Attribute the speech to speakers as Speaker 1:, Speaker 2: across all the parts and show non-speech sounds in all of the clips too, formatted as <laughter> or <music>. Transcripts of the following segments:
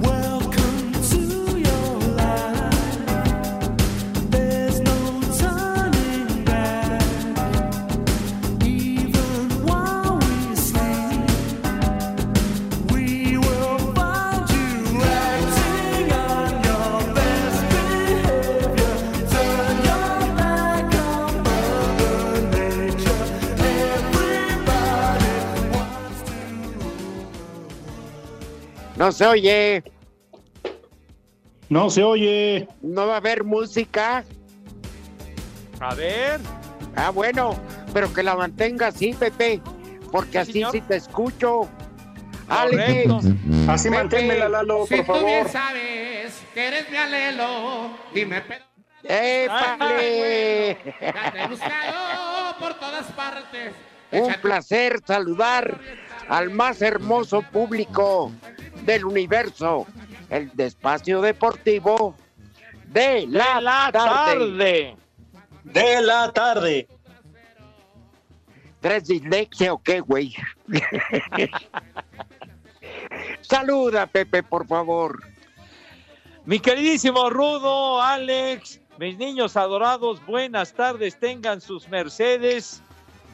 Speaker 1: Welcome to your life. There's no turning back. Even while we sleep, we will find you acting on your best behavior. Turn your back on Mother Nature. Everybody wants to
Speaker 2: No se oye,
Speaker 3: No se oye.
Speaker 2: no va a haber música.
Speaker 4: A ver.
Speaker 2: Ah, bueno, pero que la mantenga así, Pepe, porque así
Speaker 4: señor.
Speaker 2: sí te escucho. Alex,
Speaker 4: Correcto.
Speaker 3: Así
Speaker 2: Pepe,
Speaker 3: manténmela, Lalo, por favor.
Speaker 5: sabes que eres mi alelo, dime pero
Speaker 2: épale.
Speaker 5: ya te he buscado por todas partes.
Speaker 2: <laughs> Un placer saludar al más hermoso público del universo, el despacio deportivo de la, tarde.
Speaker 3: De la tarde.
Speaker 2: ¿Tres dislexia o qué,
Speaker 6: <laughs>
Speaker 2: güey? Saluda, Pepe, por favor.
Speaker 6: Mi queridísimo Rudo, Alex, mis niños adorados, buenas tardes, tengan sus mercedes.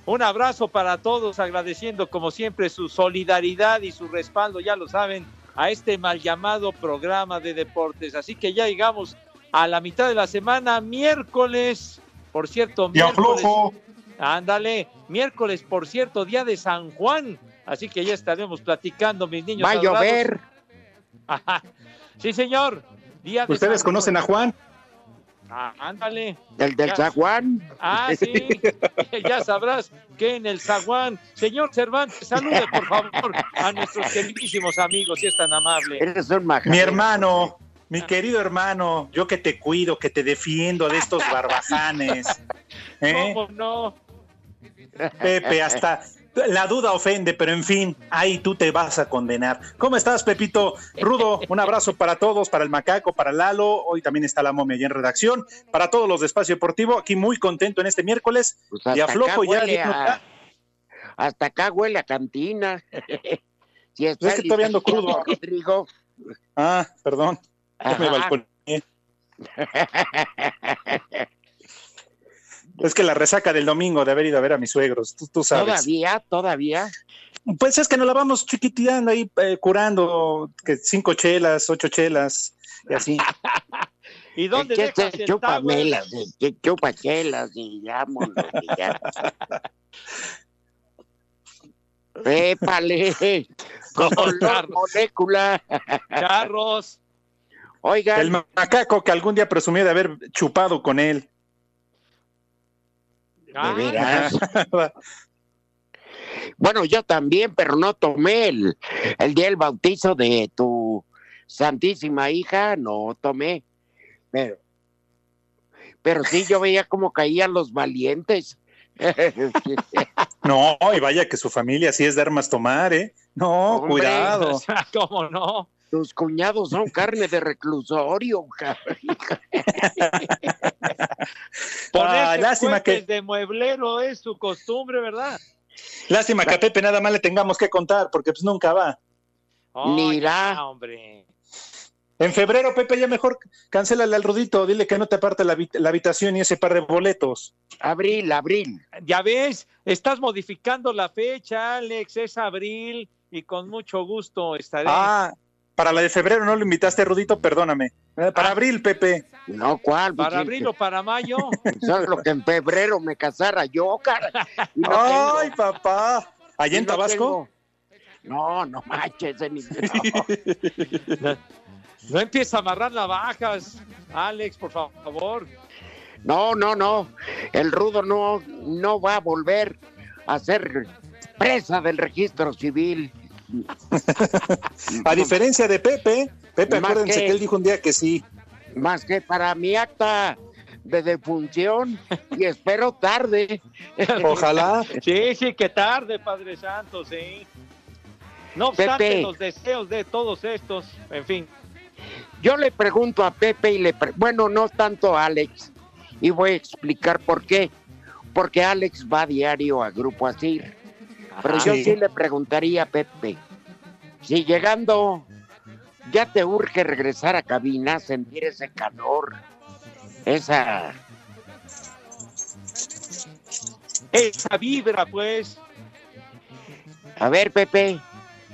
Speaker 6: Un abrazo para todos, agradeciendo como siempre su solidaridad y su respaldo, ya lo saben, a este mal llamado programa de deportes. Así que ya llegamos a la mitad de la semana, miércoles, por cierto,
Speaker 3: Y
Speaker 6: miércoles.
Speaker 3: aflojo.
Speaker 6: Ándale, miércoles, por cierto, día de San Juan. Así que ya estaremos platicando, mis niños.
Speaker 2: Va a
Speaker 6: adorados.
Speaker 2: llover.
Speaker 6: <laughs> Ajá. Sí, señor. Día de
Speaker 3: Ustedes
Speaker 6: San
Speaker 3: conocen a Juan.
Speaker 6: Ah, ándale.
Speaker 2: El del
Speaker 6: Ya-
Speaker 2: zaguán.
Speaker 6: Ah, sí. <laughs> ya sabrás que en el zaguán. Señor Cervantes, salude por favor a nuestros queridísimos amigos, si es tan amable.
Speaker 2: Eres un majadero.
Speaker 3: Mi hermano. Mi querido hermano, yo que te cuido, que te defiendo de estos barbajanes. ¿eh?
Speaker 6: ¿Cómo no?
Speaker 3: Pepe, hasta la duda ofende, pero en fin, ahí tú te vas a condenar. ¿Cómo estás, Pepito? Rudo, un abrazo para todos, para el macaco, para Lalo. Hoy también está la momia allá en redacción. Para todos los de Espacio Deportivo, aquí muy contento en este miércoles.
Speaker 2: <laughs> Pues
Speaker 3: Y aflojo ya.
Speaker 2: huele
Speaker 3: digno,
Speaker 2: a- hasta acá huele a cantina. <laughs> si está
Speaker 3: Pues Es que todavía ando crudo.
Speaker 2: Rodrigo.
Speaker 3: Ah, perdón, ya me
Speaker 2: Ajá.
Speaker 3: balconeé. <laughs> Es que la resaca del domingo de haber ido a ver a mis suegros, tú, tú sabes.
Speaker 2: Todavía, todavía.
Speaker 3: Pues es que nos la vamos chiquiteando ahí, eh, curando, que cinco chelas, ocho chelas,
Speaker 2: <laughs>
Speaker 3: y así.
Speaker 6: ¿Y dónde
Speaker 2: Es que
Speaker 6: dejas
Speaker 2: se
Speaker 6: el
Speaker 2: chupa
Speaker 6: tagüe?
Speaker 2: melas, es que chupa chelas y vámonos, y
Speaker 6: <laughs>
Speaker 2: ya. Épale, color molécula.
Speaker 6: Carros.
Speaker 2: Oigan,
Speaker 3: El macaco que algún día presumió de haber chupado con él. <laughs>
Speaker 2: de
Speaker 6: Ah,
Speaker 2: veras. Bueno, yo también, pero no tomé el, el día del bautizo de tu Santísima hija, no tomé. Pero, pero sí, yo veía cómo caían los valientes. <laughs>
Speaker 3: No, y vaya que su familia sí es de armas tomar, ¿eh? No,
Speaker 2: Hombre,
Speaker 3: cuidado.
Speaker 2: o sea,
Speaker 6: <laughs> ¿Cómo no?
Speaker 2: Tus cuñados son carne de reclusorio, cabrón.
Speaker 3: Ah,
Speaker 6: Ponerse
Speaker 3: lástima que-
Speaker 6: cohetes de mueblero es su costumbre, ¿verdad?
Speaker 3: Lástima que a Pepe nada más le tengamos que contar, porque pues nunca va.
Speaker 2: Ni irá.
Speaker 6: ya, hombre.
Speaker 3: En febrero, Pepe, ya mejor cancélale al Rudito, dile que no te aparte la, habit- la habitación y ese par de boletos.
Speaker 2: Abril, abril.
Speaker 6: Ya ves, estás modificando la fecha, Alex, es abril y con mucho gusto estaré.
Speaker 3: Ah, para la de febrero no lo invitaste, Rudito, perdóname. Eh, Para
Speaker 6: Ah.
Speaker 3: abril, Pepe.
Speaker 2: No, ¿cuál?
Speaker 6: para
Speaker 2: Pues,
Speaker 6: abril o
Speaker 2: <laughs>
Speaker 6: para mayo.
Speaker 2: Solo que en febrero me casara yo, cara. Y no tengo.
Speaker 3: ¡Ay, papá! ¿Allá en
Speaker 2: Y no tengo.
Speaker 3: Tabasco?
Speaker 2: No, no manches. en- no.
Speaker 6: No empieza a amarrar navajas, Alex, por favor.
Speaker 2: No, no, no. El rudo no, no va a volver a ser presa del registro civil.
Speaker 3: <laughs> A diferencia de Pepe, Pepe,
Speaker 2: Más
Speaker 3: acuérdense
Speaker 2: que-
Speaker 3: que él dijo un día que sí.
Speaker 2: Más que para mi acta de defunción y espero tarde.
Speaker 3: Oh, Ojalá.
Speaker 6: Sí, sí, que tarde, Padre Santo, sí. No obstante,
Speaker 2: Pepe.
Speaker 6: los deseos de todos estos, en fin.
Speaker 2: Yo le pregunto a Pepe y le pre- bueno, no tanto a Alex y voy a explicar por qué. Porque Alex va diario a Grupo Asir. Pero
Speaker 6: Ajá.
Speaker 2: yo
Speaker 3: Sí.
Speaker 2: sí le preguntaría a Pepe, si llegando ya te urge regresar a cabina, sentir ese calor, esa...
Speaker 6: Esa vibra, pues.
Speaker 2: A ver, Pepe,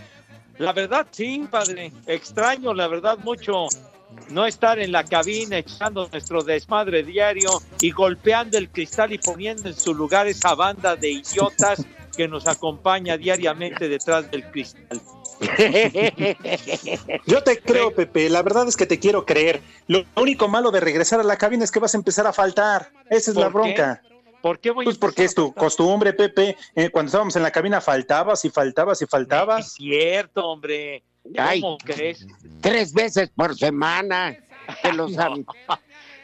Speaker 2: <laughs>
Speaker 6: La verdad, sí, padre. Extraño, la verdad, mucho no estar en la cabina echando nuestro desmadre diario y golpeando el cristal y poniendo en su lugar esa banda de idiotas que nos acompaña diariamente detrás del cristal.
Speaker 3: Yo te creo, Pepe. La verdad es que te quiero creer. Lo único malo de regresar a la cabina es que vas a empezar a faltar. Esa es la
Speaker 6: ¿Por qué?
Speaker 3: bronca.
Speaker 6: ¿Por qué voy a
Speaker 3: Pues porque es
Speaker 6: empezar
Speaker 3: tu
Speaker 6: a
Speaker 3: costumbre, Pepe. Eh, cuando estábamos en la cabina faltabas y faltabas y
Speaker 6: faltar?
Speaker 3: faltabas.
Speaker 6: Es cierto, hombre.
Speaker 2: Ay.
Speaker 6: ¿Cómo crees?
Speaker 2: tres veces por semana, que los am-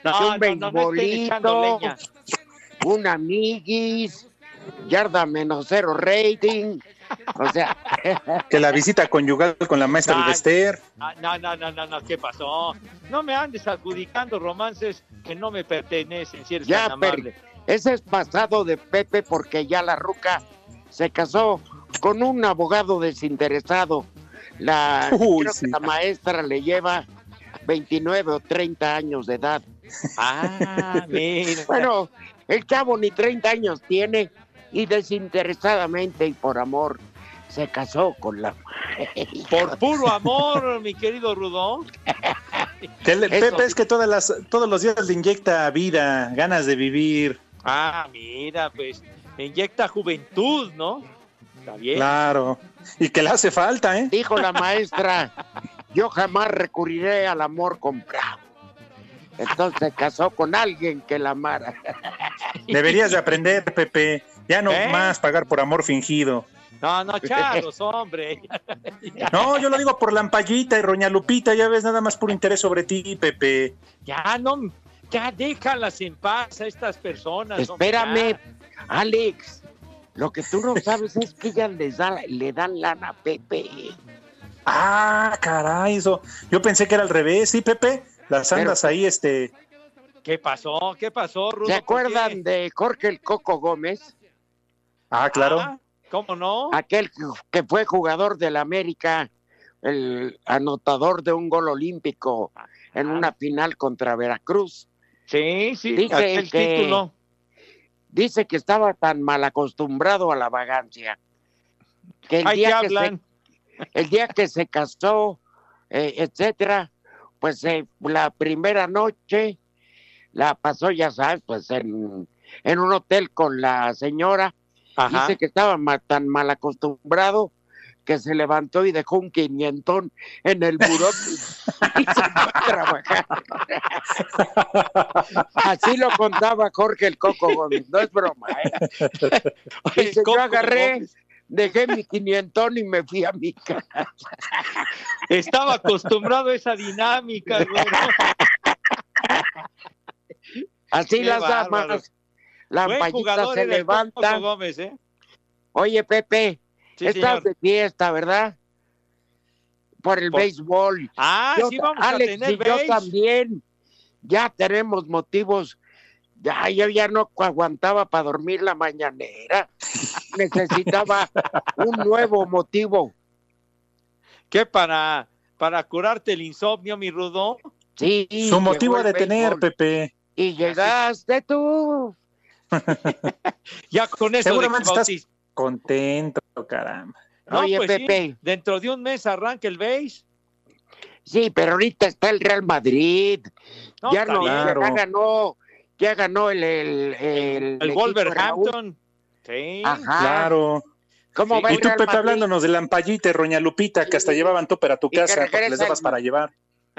Speaker 6: No,
Speaker 2: que
Speaker 6: no,
Speaker 2: un
Speaker 6: no, no estén echando
Speaker 2: beisbolito,
Speaker 6: leña.
Speaker 2: un amiguis, yarda menos cero rating, o sea...
Speaker 3: Que la visita conyugal con la maestra
Speaker 6: Ay.
Speaker 3: Bester.
Speaker 6: Ah, no, no, no, no, no, ¿qué pasó? No me andes adjudicando romances que no me pertenecen, si eres
Speaker 2: Ya,
Speaker 6: tan amable.
Speaker 2: Ese es pasado de Pepe porque ya la ruca se casó con un abogado desinteresado. La,
Speaker 3: Uy,
Speaker 2: creo
Speaker 3: sí.
Speaker 2: que la maestra le lleva 29 o 30 años de edad. <laughs>
Speaker 6: Ah, mira.
Speaker 2: Bueno, el chavo ni 30 años tiene y desinteresadamente y por amor se casó con la...
Speaker 6: Por puro amor, <laughs> mi querido Rudón.
Speaker 3: Que le-
Speaker 2: Eso.
Speaker 3: Pepe es que todas las, todos los días le inyecta vida, ganas de vivir.
Speaker 6: Ah, mira, pues inyecta juventud, ¿no? Está
Speaker 2: Eh.
Speaker 6: bien.
Speaker 3: Claro. Y que le hace falta, ¿eh?
Speaker 2: Dijo la maestra, yo jamás recurriré al amor comprado. Entonces se casó con alguien que la amara.
Speaker 3: Deberías de aprender, Pepe. Ya
Speaker 2: <laughs>
Speaker 3: no
Speaker 6: ¿Eh?
Speaker 3: más pagar por amor fingido.
Speaker 6: No, no, charlos, hombre.
Speaker 3: No, yo lo digo por Lampallita y Roña Lupita, ya ves nada más por interés sobre ti, Pepe.
Speaker 6: Ya no, ya déjalas en paz a estas personas. hombre,
Speaker 2: Espérame, Alex. Lo que tú no sabes es que ellas les da- le dan lana a Pepe.
Speaker 3: Ah, caray, eso. Yo pensé que era al revés, sí, Pepe. Las
Speaker 2: Pero-
Speaker 3: andas ahí, este.
Speaker 6: ya. ¿Qué pasó? ¿Qué pasó, Rudo?
Speaker 2: ¿Se
Speaker 6: ¿Por qué?
Speaker 2: acuerdan de Jorge el Coco Gómez?
Speaker 3: Ah, claro.
Speaker 6: Ah, ¿Cómo no?
Speaker 2: Aquel que- que fue jugador del América, el anotador de un gol olímpico en una final contra Veracruz.
Speaker 6: Sí, sí,
Speaker 2: Dije
Speaker 6: aquel
Speaker 2: que-
Speaker 6: título.
Speaker 2: Dice que estaba tan mal acostumbrado a la vagancia que el,
Speaker 6: Ay, ¿qué
Speaker 2: día que,
Speaker 6: hablan?
Speaker 2: se, el día que se casó, eh, etcétera, pues eh, la primera noche la pasó, ya sabes, pues en, en un hotel con la señora.
Speaker 6: Ajá.
Speaker 2: Dice que estaba ma- tan mal acostumbrado que se levantó y dejó un quinientón en el buró y se fue a trabajar. Así lo contaba Jorge el Coco Gómez, no es broma. ¿eh?
Speaker 6: Ay,
Speaker 2: Dice,
Speaker 6: ¿cómo
Speaker 2: yo agarré,
Speaker 6: no?
Speaker 2: Dejé mi quinientón y me fui a mi casa.
Speaker 6: Estaba acostumbrado a esa
Speaker 2: <laughs>
Speaker 6: dinámica, güey.
Speaker 2: Así
Speaker 6: Qué
Speaker 2: las
Speaker 6: bárbaro.
Speaker 2: damas, la
Speaker 6: Buen
Speaker 2: payita
Speaker 6: jugador
Speaker 2: se
Speaker 6: el esposo
Speaker 2: levanta.
Speaker 6: Gómez, ¿eh?
Speaker 2: Oye, Pepe,
Speaker 6: Sí,
Speaker 2: estás
Speaker 6: señor.
Speaker 2: de fiesta, ¿verdad? Por el
Speaker 6: Por-
Speaker 2: béisbol.
Speaker 6: Ah,
Speaker 2: Yo-
Speaker 6: sí vamos
Speaker 2: Alex
Speaker 6: a tener
Speaker 2: y yo
Speaker 6: beige.
Speaker 2: también. Ya tenemos motivos. Ya, yo ya no aguantaba para dormir la mañanera. Necesitaba un nuevo motivo.
Speaker 6: ¿Qué para, para curarte el insomnio, mi rudo?
Speaker 2: Sí, llegó
Speaker 3: Su motivo
Speaker 2: el
Speaker 3: de tener,
Speaker 2: béisbol.
Speaker 3: Pepe.
Speaker 2: Y llegaste tú.
Speaker 6: Ya con eso de
Speaker 3: Seguramente
Speaker 6: que
Speaker 3: estás-
Speaker 6: bautis-
Speaker 3: Contento, caramba.
Speaker 6: No,
Speaker 2: Oye,
Speaker 6: pues sí,
Speaker 2: Pepe.
Speaker 6: dentro de un mes arranca el beige.
Speaker 2: Sí, pero ahorita está el Real Madrid.
Speaker 6: No,
Speaker 2: ya
Speaker 6: está
Speaker 2: no,
Speaker 6: bien.
Speaker 3: claro.
Speaker 2: ya ganó, ya ganó el el, el,
Speaker 6: El
Speaker 2: equipo de Raúl. Ah.
Speaker 6: Wolverhampton. Sí.
Speaker 2: Ajá.
Speaker 3: Claro.
Speaker 2: ¿Cómo
Speaker 6: Sí.
Speaker 2: va el
Speaker 3: Y tú,
Speaker 2: Real
Speaker 3: Pepe,
Speaker 2: Madrid?
Speaker 3: hablándonos de Lampallita, Roña Lupita, que hasta llevaban tú para tu
Speaker 2: Y que
Speaker 3: casa, porque les
Speaker 2: regresa
Speaker 3: dabas
Speaker 2: el-
Speaker 3: para llevar.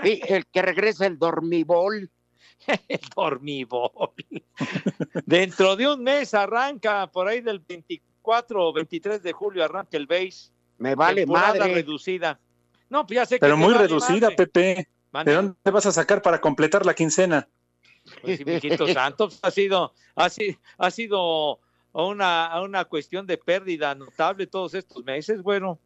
Speaker 2: Sí, el que regresa el dormibol.
Speaker 6: El dormibol. <laughs> Dentro de un mes arranca, por ahí del 24 o 23 de julio arranca el base.
Speaker 2: Me vale
Speaker 6: temporada
Speaker 2: madre.
Speaker 6: reducida. No, pues ya sé que
Speaker 3: Pero
Speaker 6: te
Speaker 3: muy
Speaker 6: vale
Speaker 3: reducida,
Speaker 6: madre.
Speaker 3: Pepe.
Speaker 6: Mande.
Speaker 3: ¿De dónde te vas a sacar para completar la quincena?
Speaker 6: Pues sí, mijito santo, pues ha sido, ha sido, ha sido una, una cuestión de pérdida notable todos estos meses, bueno.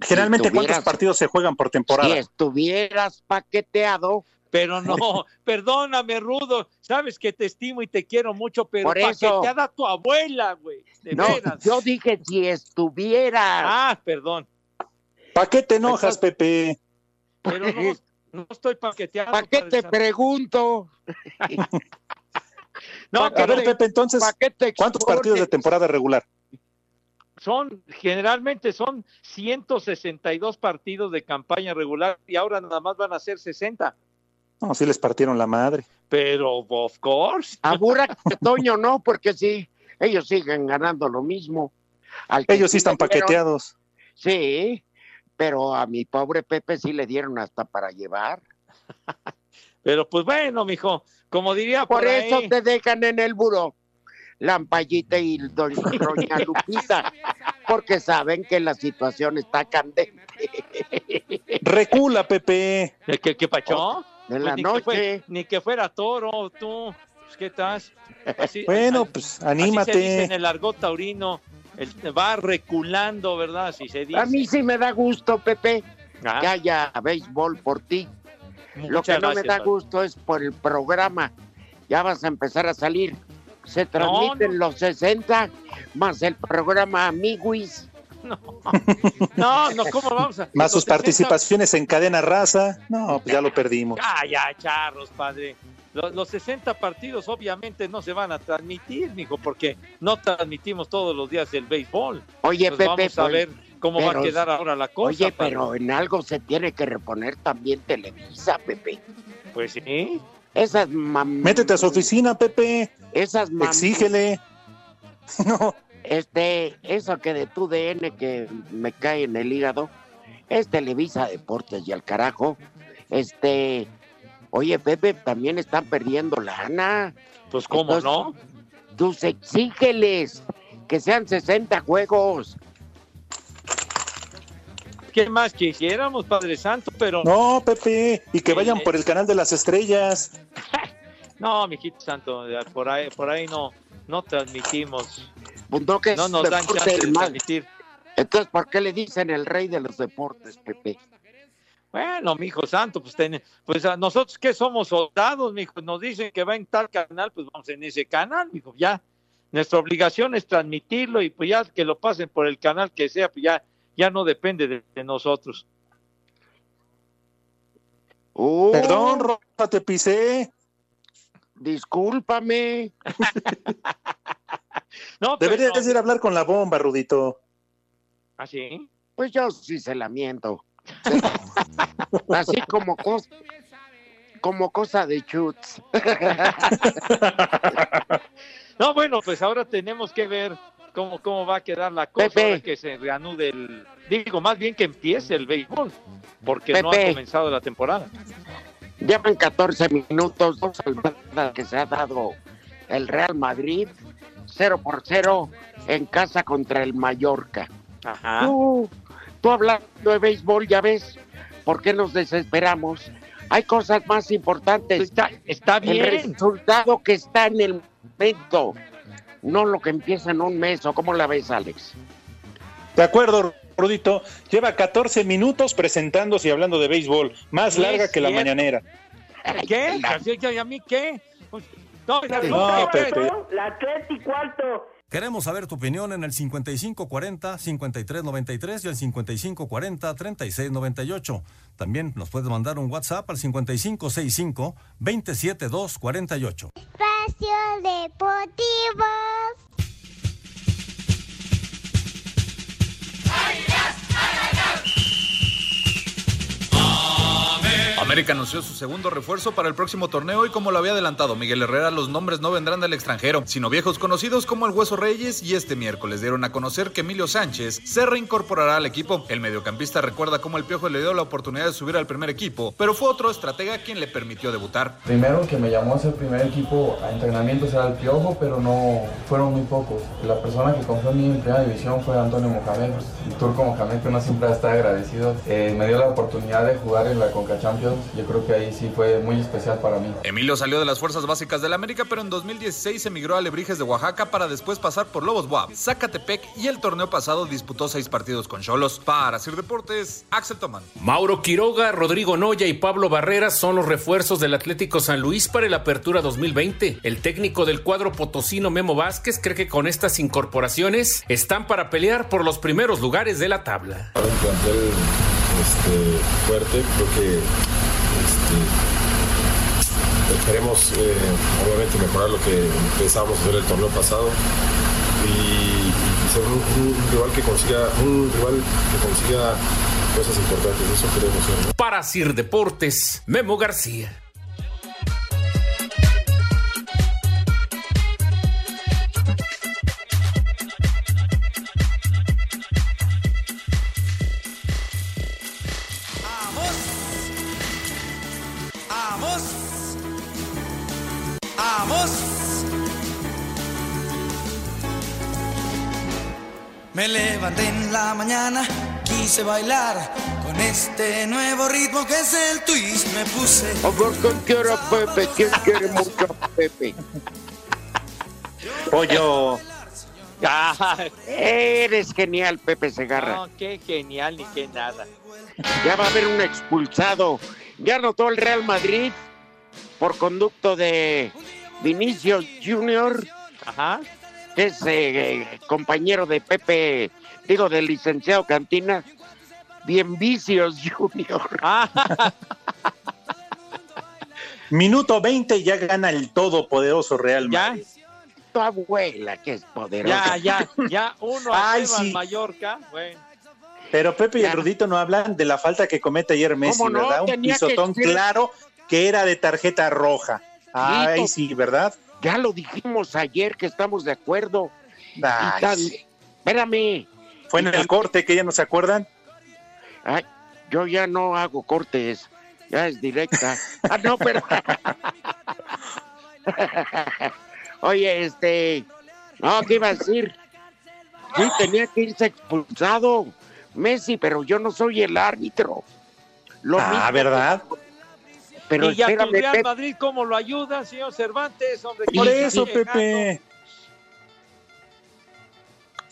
Speaker 3: Generalmente, ¿cuántos
Speaker 2: tuvieras-
Speaker 3: partidos se juegan por
Speaker 2: Si
Speaker 3: temporada?
Speaker 2: estuvieras paqueteado,
Speaker 6: Pero
Speaker 2: <laughs>
Speaker 6: no, perdóname, Rudo, sabes que te estimo y te quiero mucho, pero
Speaker 2: Por eso.
Speaker 6: paqueteada tu abuela, güey. De
Speaker 2: no,
Speaker 6: veras.
Speaker 2: yo dije si estuvieras.
Speaker 6: Ah, perdón.
Speaker 3: ¿Para qué te enojas, Pepe?
Speaker 6: Pero
Speaker 2: <laughs>
Speaker 6: no, no estoy paqueteado.
Speaker 2: ¿Para qué te
Speaker 6: padre santo.
Speaker 2: pregunto?
Speaker 6: No,
Speaker 3: A ver,
Speaker 6: cabrón,
Speaker 3: Pepe, entonces,
Speaker 2: ¿Para qué te
Speaker 3: ¿cuántos
Speaker 2: expones?
Speaker 3: partidos de temporada regular?
Speaker 6: son generalmente son 162 partidos de campaña regular y ahora nada más van a ser 60.
Speaker 3: No, sí les partieron la madre.
Speaker 6: Pero of course,
Speaker 2: Aburra que Toño no, porque sí, ellos siguen ganando lo mismo. Al que
Speaker 3: Ellos sí están
Speaker 2: le dieron-
Speaker 3: paqueteados.
Speaker 2: Sí, pero a mi pobre Pepe sí le dieron hasta para llevar.
Speaker 6: pero pues bueno, mijo, como diría
Speaker 2: Por,
Speaker 6: por, ahí,
Speaker 2: eso te dejan en el buró, Lampallita y
Speaker 6: <laughs>
Speaker 2: doña Doña Lupita, porque saben que la situación está candente.
Speaker 3: Recula, Pepe.
Speaker 6: ¿Qué- ¿Qué, qué pachó?
Speaker 2: De Oh,
Speaker 6: Pues
Speaker 2: la
Speaker 6: ni, que
Speaker 2: noche.
Speaker 6: fue- ni que fuera toro, tú, pues, ¿qué estás? Así-
Speaker 3: Bueno,
Speaker 6: así-
Speaker 3: pues
Speaker 6: Así se dice en
Speaker 3: anímate.
Speaker 6: el argot taurino, el- va reculando, ¿verdad? Así se dice.
Speaker 2: A mí sí me da gusto, Pepe,
Speaker 6: Ah,
Speaker 2: que haya béisbol por ti. Lo
Speaker 6: muchas
Speaker 2: que no me
Speaker 6: gracias,
Speaker 2: da
Speaker 6: padre.
Speaker 2: gusto es por el programa. Ya vas a empezar a salir. Se transmiten los 60 más el programa Amiguis.
Speaker 6: No, no, ¿cómo vamos a...?
Speaker 3: <laughs> Más sus
Speaker 6: los 60
Speaker 3: participaciones en cadena raza. No, pues ya lo perdimos.
Speaker 6: Ah, ya, charros, padre. Los, los 60 partidos obviamente no se van a transmitir, mijo, porque no transmitimos todos los días el béisbol.
Speaker 2: Oye,
Speaker 6: Pues
Speaker 2: Pepe,
Speaker 6: vamos a
Speaker 2: pues,
Speaker 6: ver cómo va
Speaker 2: pero-
Speaker 6: a quedar ahora la cosa.
Speaker 2: Oye,
Speaker 6: padre.
Speaker 2: pero en algo se tiene que reponer también Televisa, Pepe.
Speaker 6: Pues sí.
Speaker 2: Esas mam...
Speaker 3: Métete a su oficina, Pepe.
Speaker 2: Esas mam...
Speaker 3: Exígele. <laughs> No,
Speaker 2: Este, eso que de tu DN que me cae en el hígado, es Televisa Deportes y al carajo. Este, oye, Pepe, también están perdiendo lana.
Speaker 6: Pues cómo
Speaker 2: Entonces-
Speaker 6: no.
Speaker 2: Tus exígeles que sean 60 juegos.
Speaker 6: ¿Qué más quisiéramos, Padre Santo? Pero no,
Speaker 3: no, Pepe. Y que vayan por el canal de las estrellas.
Speaker 6: Oh. mijito santo, ya, por ahí, por ahí no, no transmitimos.
Speaker 2: Pues no que
Speaker 6: No
Speaker 2: es
Speaker 6: nos dan
Speaker 2: deporte
Speaker 6: chance
Speaker 2: del
Speaker 6: de
Speaker 2: mal.
Speaker 6: transmitir.
Speaker 2: Entonces, ¿por qué le dicen el rey de los deportes, Pepe?
Speaker 6: Bueno, mijo santo, pues, ten- pues a nosotros que somos soldados, mijo, nos dicen que va en tal canal, pues vamos en ese canal, mijo, ya. Nuestra obligación es transmitirlo y pues ya que lo pasen por el canal que sea, pues ya, ya no depende de, de nosotros.
Speaker 2: Uh,
Speaker 3: Perdón, Rosa, te pisé.
Speaker 2: Discúlpame.
Speaker 6: No, ¿Ah, pero
Speaker 3: Deberías ir a hablar con la bomba, Rudito.
Speaker 6: así.
Speaker 2: Pues yo sí se la miento. <laughs> Así como cosa, como cosa de chutes.
Speaker 6: No, bueno, pues ahora tenemos que ver cómo, cómo va a quedar la cosa
Speaker 2: Pepe.
Speaker 6: ahora que se reanude el, digo, más bien que empiece el béisbol, porque no ha
Speaker 2: Pepe.
Speaker 6: comenzado la temporada.
Speaker 2: Llevan 14 minutos, dos salvadas que se ha dado el Real Madrid, 0 por 0 en casa contra el Mallorca.
Speaker 4: Ajá.
Speaker 2: Tú, tú hablando de béisbol, ya ves por qué nos desesperamos. Hay cosas más importantes.
Speaker 6: Pues
Speaker 2: Está,
Speaker 6: bien.
Speaker 2: El resultado que está en el momento, no lo que empieza en un mes. ¿O cómo la ves, Alex?
Speaker 3: De acuerdo, Rudito. Lleva 14 minutos presentándose y hablando de béisbol. Más
Speaker 6: Sí,
Speaker 3: larga
Speaker 6: es
Speaker 3: que la
Speaker 6: cierto.
Speaker 3: mañanera.
Speaker 6: ¿Qué? ¿Así que a mí qué? Pues, No, la
Speaker 3: No,
Speaker 6: ruta,
Speaker 3: Pepe.
Speaker 7: La tres y cuarto.
Speaker 8: Queremos saber tu opinión en el 5540-5393 y el 5540-3698. También nos puedes mandar un WhatsApp al 5565-27248.
Speaker 1: Espacio Deportivo.
Speaker 9: América anunció su segundo refuerzo para el próximo torneo y como lo había adelantado Miguel Herrera, los nombres no vendrán del extranjero, sino viejos conocidos como el Hueso Reyes y este miércoles dieron a conocer que Emilio Sánchez se reincorporará al equipo. El mediocampista recuerda cómo el Piojo le dio la oportunidad de subir al primer equipo, pero fue otro estratega quien le permitió debutar.
Speaker 10: Primero que me llamó ese primer equipo a entrenamientos era el Piojo, pero no fueron muy pocos. La persona que confió en mí en primera división fue Antonio Mohamed. El turco Mohamed, que uno siempre está agradecido, eh, me dio la oportunidad de jugar en la Conca Champions. Yo creo que ahí sí fue muy especial para mí.
Speaker 9: Emilio salió de las fuerzas básicas del América, pero en 2016 emigró a Lebrijes de Oaxaca para después pasar por Lobos Buap, Zacatepec y el torneo pasado disputó seis partidos con Cholos. Para Sir Deportes, Axel Toman.
Speaker 11: Mauro Quiroga, Rodrigo Noya y Pablo Barreras son los refuerzos del Atlético San Luis para el Apertura 2020. El técnico del cuadro potosino Memo Vázquez cree que con estas incorporaciones están para pelear por los primeros lugares de la tabla.
Speaker 12: Para un plantel este, fuerte, creo que este, esperemos eh, obviamente mejorar lo que empezábamos a hacer el torneo pasado y, y ser un, un rival que consiga, un rival que consiga cosas importantes, eso queremos ser. ¿no?
Speaker 11: Para Sir Deportes, Memo García.
Speaker 1: Amos. Amos. Me levanté en la mañana, quise bailar con este nuevo ritmo que es el twist. Me puse.
Speaker 2: ¿Con qué hora, Pepe? ¿Quién quiere mucho a Pepe?
Speaker 3: Pollo.
Speaker 2: Eres genial, Pepe Segarra.
Speaker 6: No, qué genial ni qué nada.
Speaker 2: Ya va a haber un expulsado. Ya anotó el Real Madrid por conducto de Vinicius Junior, que es eh, compañero de Pepe, digo, del licenciado Cantina. Bien Vicios <laughs> Junior.
Speaker 6: Ah, <laughs>
Speaker 3: Minuto 20 y ya gana el todopoderoso Real Madrid.
Speaker 2: tu abuela que es
Speaker 6: Ya,
Speaker 2: poderosa.
Speaker 6: ya, ya uno a
Speaker 3: Ay,
Speaker 6: cero al
Speaker 3: sí.
Speaker 6: Mallorca. Bueno,
Speaker 3: Pero Pepe y el Rudito no hablan de la falta que comete ayer Messi,
Speaker 6: ¿Cómo no?
Speaker 3: ¿verdad? Un
Speaker 6: Tenía que
Speaker 3: pisotón
Speaker 6: ser-
Speaker 3: claro que era de tarjeta roja. Ay,
Speaker 2: Rudito.
Speaker 3: sí, ¿verdad?
Speaker 2: Ya lo dijimos ayer que estamos de acuerdo.
Speaker 3: Ay,
Speaker 2: Y tan-
Speaker 3: sí.
Speaker 2: Espérame.
Speaker 3: Fue en el corte que ya no se acuerdan.
Speaker 2: Ay, yo ya no hago cortes, ya es
Speaker 6: <laughs>
Speaker 2: directa. Ah, no, pero. Oye, este. No, ¿qué iba a decir? Sí, tenía que irse expulsado Messi, pero yo no soy el árbitro. Lo
Speaker 3: Ah,
Speaker 2: mismo,
Speaker 3: ¿verdad?
Speaker 2: Pero
Speaker 6: y ya tu
Speaker 2: espérame,
Speaker 6: Real
Speaker 2: Pepe.
Speaker 6: Madrid, ¿cómo lo ayuda, señor Cervantes? Hombre,
Speaker 3: Por
Speaker 6: ¿quién
Speaker 3: eso,
Speaker 6: está
Speaker 3: Pepe.
Speaker 6: llegando?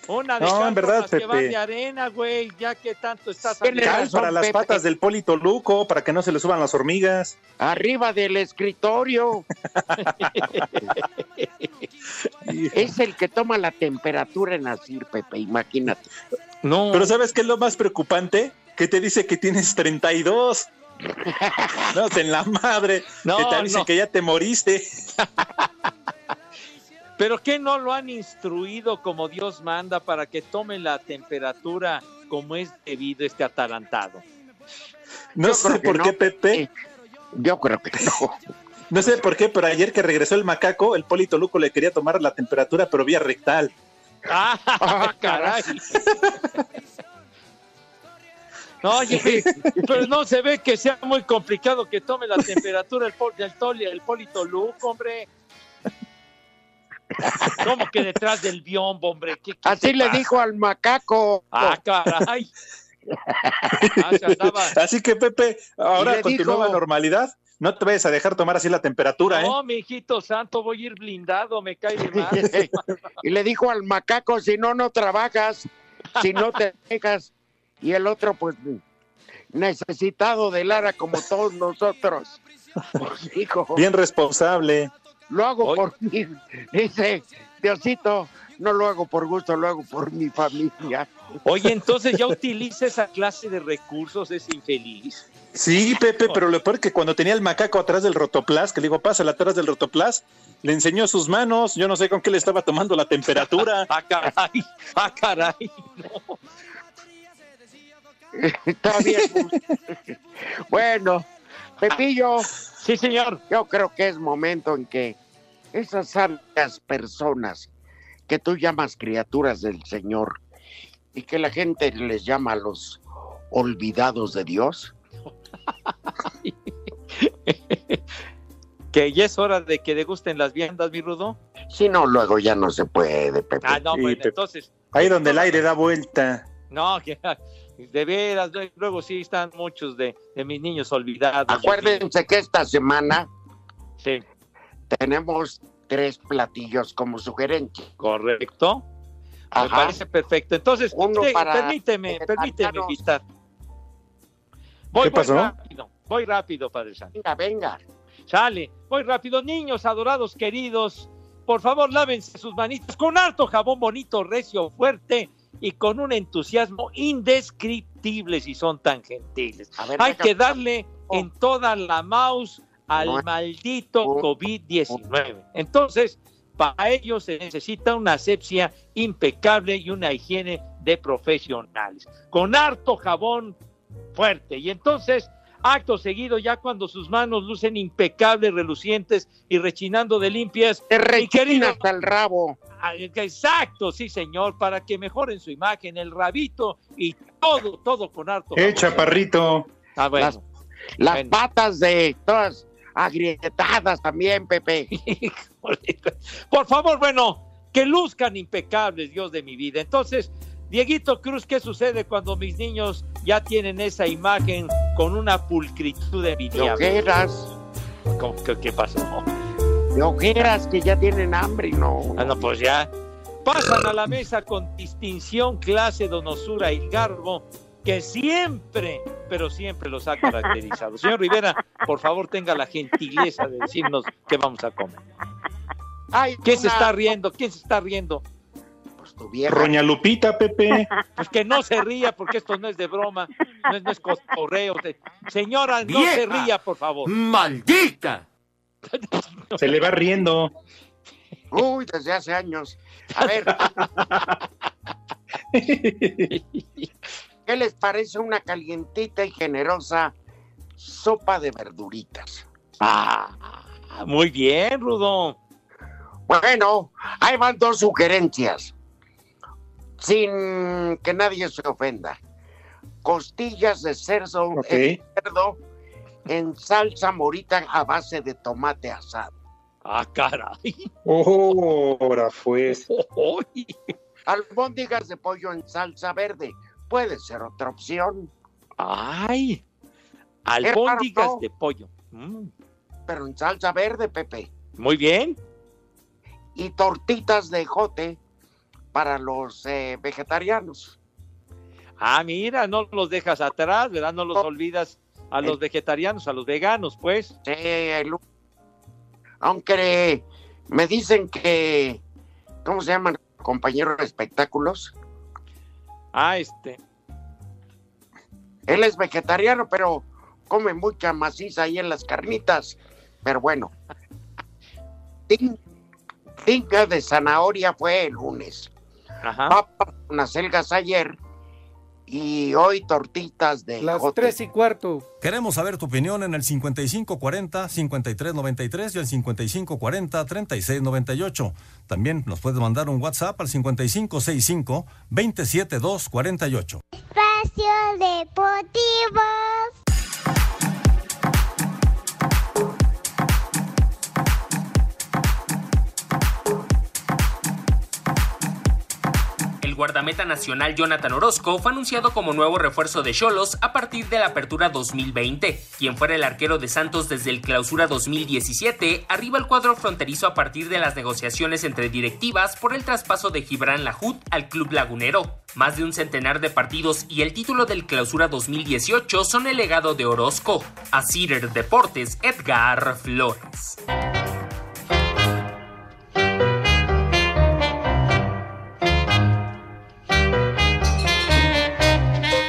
Speaker 6: Una de
Speaker 3: No, en
Speaker 6: cal por
Speaker 3: verdad,
Speaker 6: las que van
Speaker 3: Pepe.
Speaker 6: de arena, güey, ya que tanto estás
Speaker 3: Cal para las patas del Polito Luco, para que no se le suban las hormigas.
Speaker 2: Arriba del escritorio. es el que toma la temperatura en Asir, Pepe, imagínate.
Speaker 6: No.
Speaker 3: Pero ¿sabes qué es lo más preocupante? Que te dice que tienes 32. No, en la madre.
Speaker 6: No,
Speaker 3: que te dicen
Speaker 6: no.
Speaker 3: que ya te moriste.
Speaker 6: ¿Pero qué no lo han instruido como Dios manda para que tome la temperatura como es debido este atalantado?
Speaker 3: No
Speaker 6: Yo
Speaker 3: sé
Speaker 6: creo que
Speaker 3: por
Speaker 6: no.
Speaker 3: qué, Pepe.
Speaker 2: Yo creo que no.
Speaker 3: No sé por qué, pero ayer que regresó el macaco, el Polito Luco le quería tomar la temperatura, pero vía rectal.
Speaker 6: <laughs> <laughs>
Speaker 2: <laughs>
Speaker 6: ¡Ah, caray! No, oye, pero no se ve que sea muy complicado que tome la temperatura el, pol- del toli, el Polito Luco, hombre. ¿Cómo que detrás del biombo, hombre? ¿Qué- qué
Speaker 2: Así
Speaker 6: te
Speaker 2: le
Speaker 6: pasa?
Speaker 2: dijo al macaco.
Speaker 6: Ah, caray. Ah, se andaba-
Speaker 3: <laughs> Así que, Pepe,
Speaker 6: Y
Speaker 3: ahora
Speaker 6: le
Speaker 3: continúa
Speaker 6: dijo-
Speaker 3: la normalidad. No te vayas a dejar tomar así la temperatura, ¿eh?
Speaker 6: No, mi hijito santo, voy a ir blindado, me cae de
Speaker 2: <laughs>
Speaker 6: madre.
Speaker 2: y le dijo al macaco, si no, no trabajas, si no te dejas. Y el otro, pues, necesitado de Lara como todos nosotros. Pues, hijo,
Speaker 3: Bien responsable.
Speaker 2: lo hago por mí. Dice, Diosito, no lo hago por gusto, lo hago por mi familia. <laughs>
Speaker 6: Oye, entonces ya utiliza esa clase de recursos, es infeliz.
Speaker 3: Sí, Pepe, pero lo peor que cuando tenía el macaco atrás del rotoplas, que le digo, pásala atrás del rotoplas, le enseñó sus manos, yo no sé con qué le estaba tomando la
Speaker 6: <laughs>
Speaker 3: temperatura.
Speaker 6: ah, caray, ah, caray. no.
Speaker 2: Está bien. pues. <laughs> bueno, Pepillo.
Speaker 6: Sí, señor.
Speaker 2: Yo creo que es momento en que esas sabias personas que tú llamas criaturas del Señor y que la gente les llama los olvidados de Dios.
Speaker 6: Que ya es hora de que degusten las viandas, mi rudo.
Speaker 2: Si no, luego ya no se puede, Pepe.
Speaker 6: Ah, no,
Speaker 3: Sí,
Speaker 6: bueno,
Speaker 3: Pepe.
Speaker 6: entonces,
Speaker 3: Ahí donde el aire da vuelta.
Speaker 6: no, <laughs> que de veras, de- luego sí están muchos de, de mis niños olvidados.
Speaker 2: Acuérdense que esta semana
Speaker 6: Sí,
Speaker 2: tenemos tres platillos como sugerencia.
Speaker 6: correcto. Me
Speaker 2: Ajá.
Speaker 6: parece perfecto. Entonces,
Speaker 2: Uno
Speaker 6: sí,
Speaker 2: para
Speaker 6: permíteme, permíteme
Speaker 2: vegetarianos.
Speaker 6: invitar. Voy,
Speaker 3: ¿Qué
Speaker 6: voy
Speaker 3: pasó?
Speaker 6: rápido, voy rápido, Padre Santo.
Speaker 2: Venga, venga.
Speaker 6: Sale, voy rápido. Niños adorados, queridos, por favor, lávense sus manitas con harto jabón bonito, recio, fuerte y con un entusiasmo indescriptible si son tan gentiles.
Speaker 2: A ver,
Speaker 6: Hay
Speaker 2: deja-
Speaker 6: que darle en toda la mouse al
Speaker 2: No.
Speaker 6: maldito COVID-19. Entonces, para ello se necesita una asepsia impecable y una higiene de profesionales, con harto jabón fuerte. Y entonces, acto seguido, ya cuando sus manos lucen impecables, relucientes y rechinando de limpias,
Speaker 2: Te
Speaker 6: mi querido
Speaker 2: rechina hasta el rabo.
Speaker 6: Ah, Exacto, sí, señor, para que mejoren su imagen, el rabito y todo, todo con harto.
Speaker 3: Eh,
Speaker 6: jabón.
Speaker 3: chaparrito.
Speaker 6: Ah, bueno.
Speaker 2: Las- Las
Speaker 6: Bueno.
Speaker 2: patas de todas agrietadas también,
Speaker 6: <laughs>
Speaker 2: Pepe.
Speaker 6: Híjole. Por favor, bueno, que luzcan impecables, Dios de mi vida. Entonces, Dieguito Cruz, ¿qué sucede cuando mis niños ya tienen esa imagen con una pulcritud
Speaker 2: De
Speaker 6: envidiable?
Speaker 2: ojeras,
Speaker 6: ¿Cómo que- ¿Qué, pasó?
Speaker 2: de ojeras que ya tienen hambre y no.
Speaker 6: Ah, no, pues ya. Pasan a la mesa con distinción, clase, donosura y garbo que siempre, pero siempre los ha caracterizado. Señor Rivera, por favor, tenga la gentileza de decirnos qué vamos a comer.
Speaker 2: Ay,
Speaker 6: ¿Quién se
Speaker 2: una-
Speaker 6: está riendo? ¿Quién se está riendo?
Speaker 2: Pues tu vieja.
Speaker 3: Roña Lupita,
Speaker 6: <laughs>
Speaker 3: Pepe.
Speaker 6: Pues que no se ría, porque esto no es de broma, no es, no es cotorreo. Se- Señora, no
Speaker 5: ¡Vieja!
Speaker 6: se ría, por favor.
Speaker 5: ¡Maldita!
Speaker 3: Se le va riendo.
Speaker 2: Uy, desde hace años. A
Speaker 6: <laughs>
Speaker 2: ver. ¿Qué les parece una calientita y generosa sopa de verduritas?
Speaker 6: Ah, muy bien, Rudo.
Speaker 2: Bueno, ahí van dos sugerencias. Sin que nadie se ofenda. Costillas de cerdo,
Speaker 3: Ok.
Speaker 2: eh, cerdo en salsa morita a base de tomate asado.
Speaker 6: Ah, caray.
Speaker 3: Oh, ahora fue.
Speaker 2: Albóndigas de pollo en salsa verde. Puede ser otra opción.
Speaker 6: Ay, albóndigas
Speaker 2: Hermano.
Speaker 6: de pollo. Mm,
Speaker 2: pero en salsa verde, Pepe.
Speaker 6: muy bien.
Speaker 2: Y tortitas de jote para los eh, vegetarianos.
Speaker 6: Ah, mira, no los dejas atrás, ¿verdad? No los olvidas a los vegetarianos, a los veganos, pues.
Speaker 2: Eh, el- aunque me dicen que, ¿cómo se llaman? Compañero de espectáculos.
Speaker 6: Ah, este.
Speaker 2: Él es vegetariano, pero come mucha maciza ahí en las carnitas. Pero bueno. Tin- Tinga de zanahoria fue el lunes.
Speaker 6: Ajá.
Speaker 2: Papas con acelgas ayer y hoy tortitas de
Speaker 13: Las
Speaker 2: jote.
Speaker 13: tres y cuarto.
Speaker 8: Queremos saber tu opinión en el 5540-5393 y el 5540-3698. También nos puedes mandar un WhatsApp al 5565-27248.
Speaker 7: Espacio Deportivo.
Speaker 13: guardameta nacional Jonathan Orozco fue anunciado como nuevo refuerzo de Cholos a partir de la apertura 2020. Quien fuera el arquero de Santos desde el clausura 2017, arriba el cuadro fronterizo a partir de las negociaciones entre directivas por el traspaso de Gibran Lajut al club lagunero. Más de un centenar de partidos y el título del clausura 2018 son el legado de Orozco. A Cider Deportes, Edgar Flores.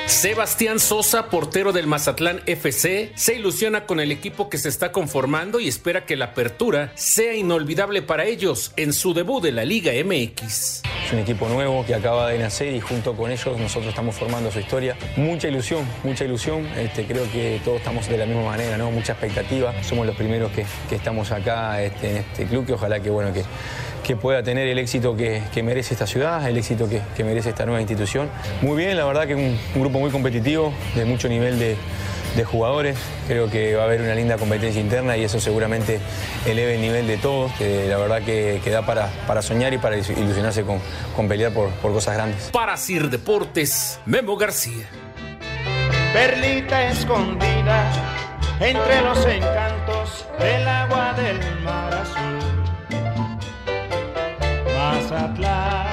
Speaker 11: Sebastián Sosa, portero del Mazatlán FC, se ilusiona con el equipo que se está conformando y espera que la apertura sea inolvidable para ellos en su debut de la Liga MX.
Speaker 14: Es un equipo nuevo que acaba de nacer y junto con ellos nosotros estamos formando su historia. Mucha ilusión, mucha ilusión. Este, creo que todos estamos de la misma manera, ¿no? Mucha expectativa. Somos los primeros que, que estamos acá este, en este club que ojalá que, bueno, que, que pueda tener el éxito que, que merece esta ciudad, el éxito que, que merece esta nueva institución. Muy bien, la verdad que un, un grupo muy competitivo, de mucho nivel de, de jugadores. Creo que va a haber una linda competencia interna y eso seguramente eleve el nivel de todos. que la verdad que, que da para, para soñar y para ilusionarse con, con pelear por, por cosas grandes.
Speaker 11: Para Sir Deportes, Memo García.
Speaker 5: Perlita escondida entre los encantos del agua del mar azul. Mazatlán,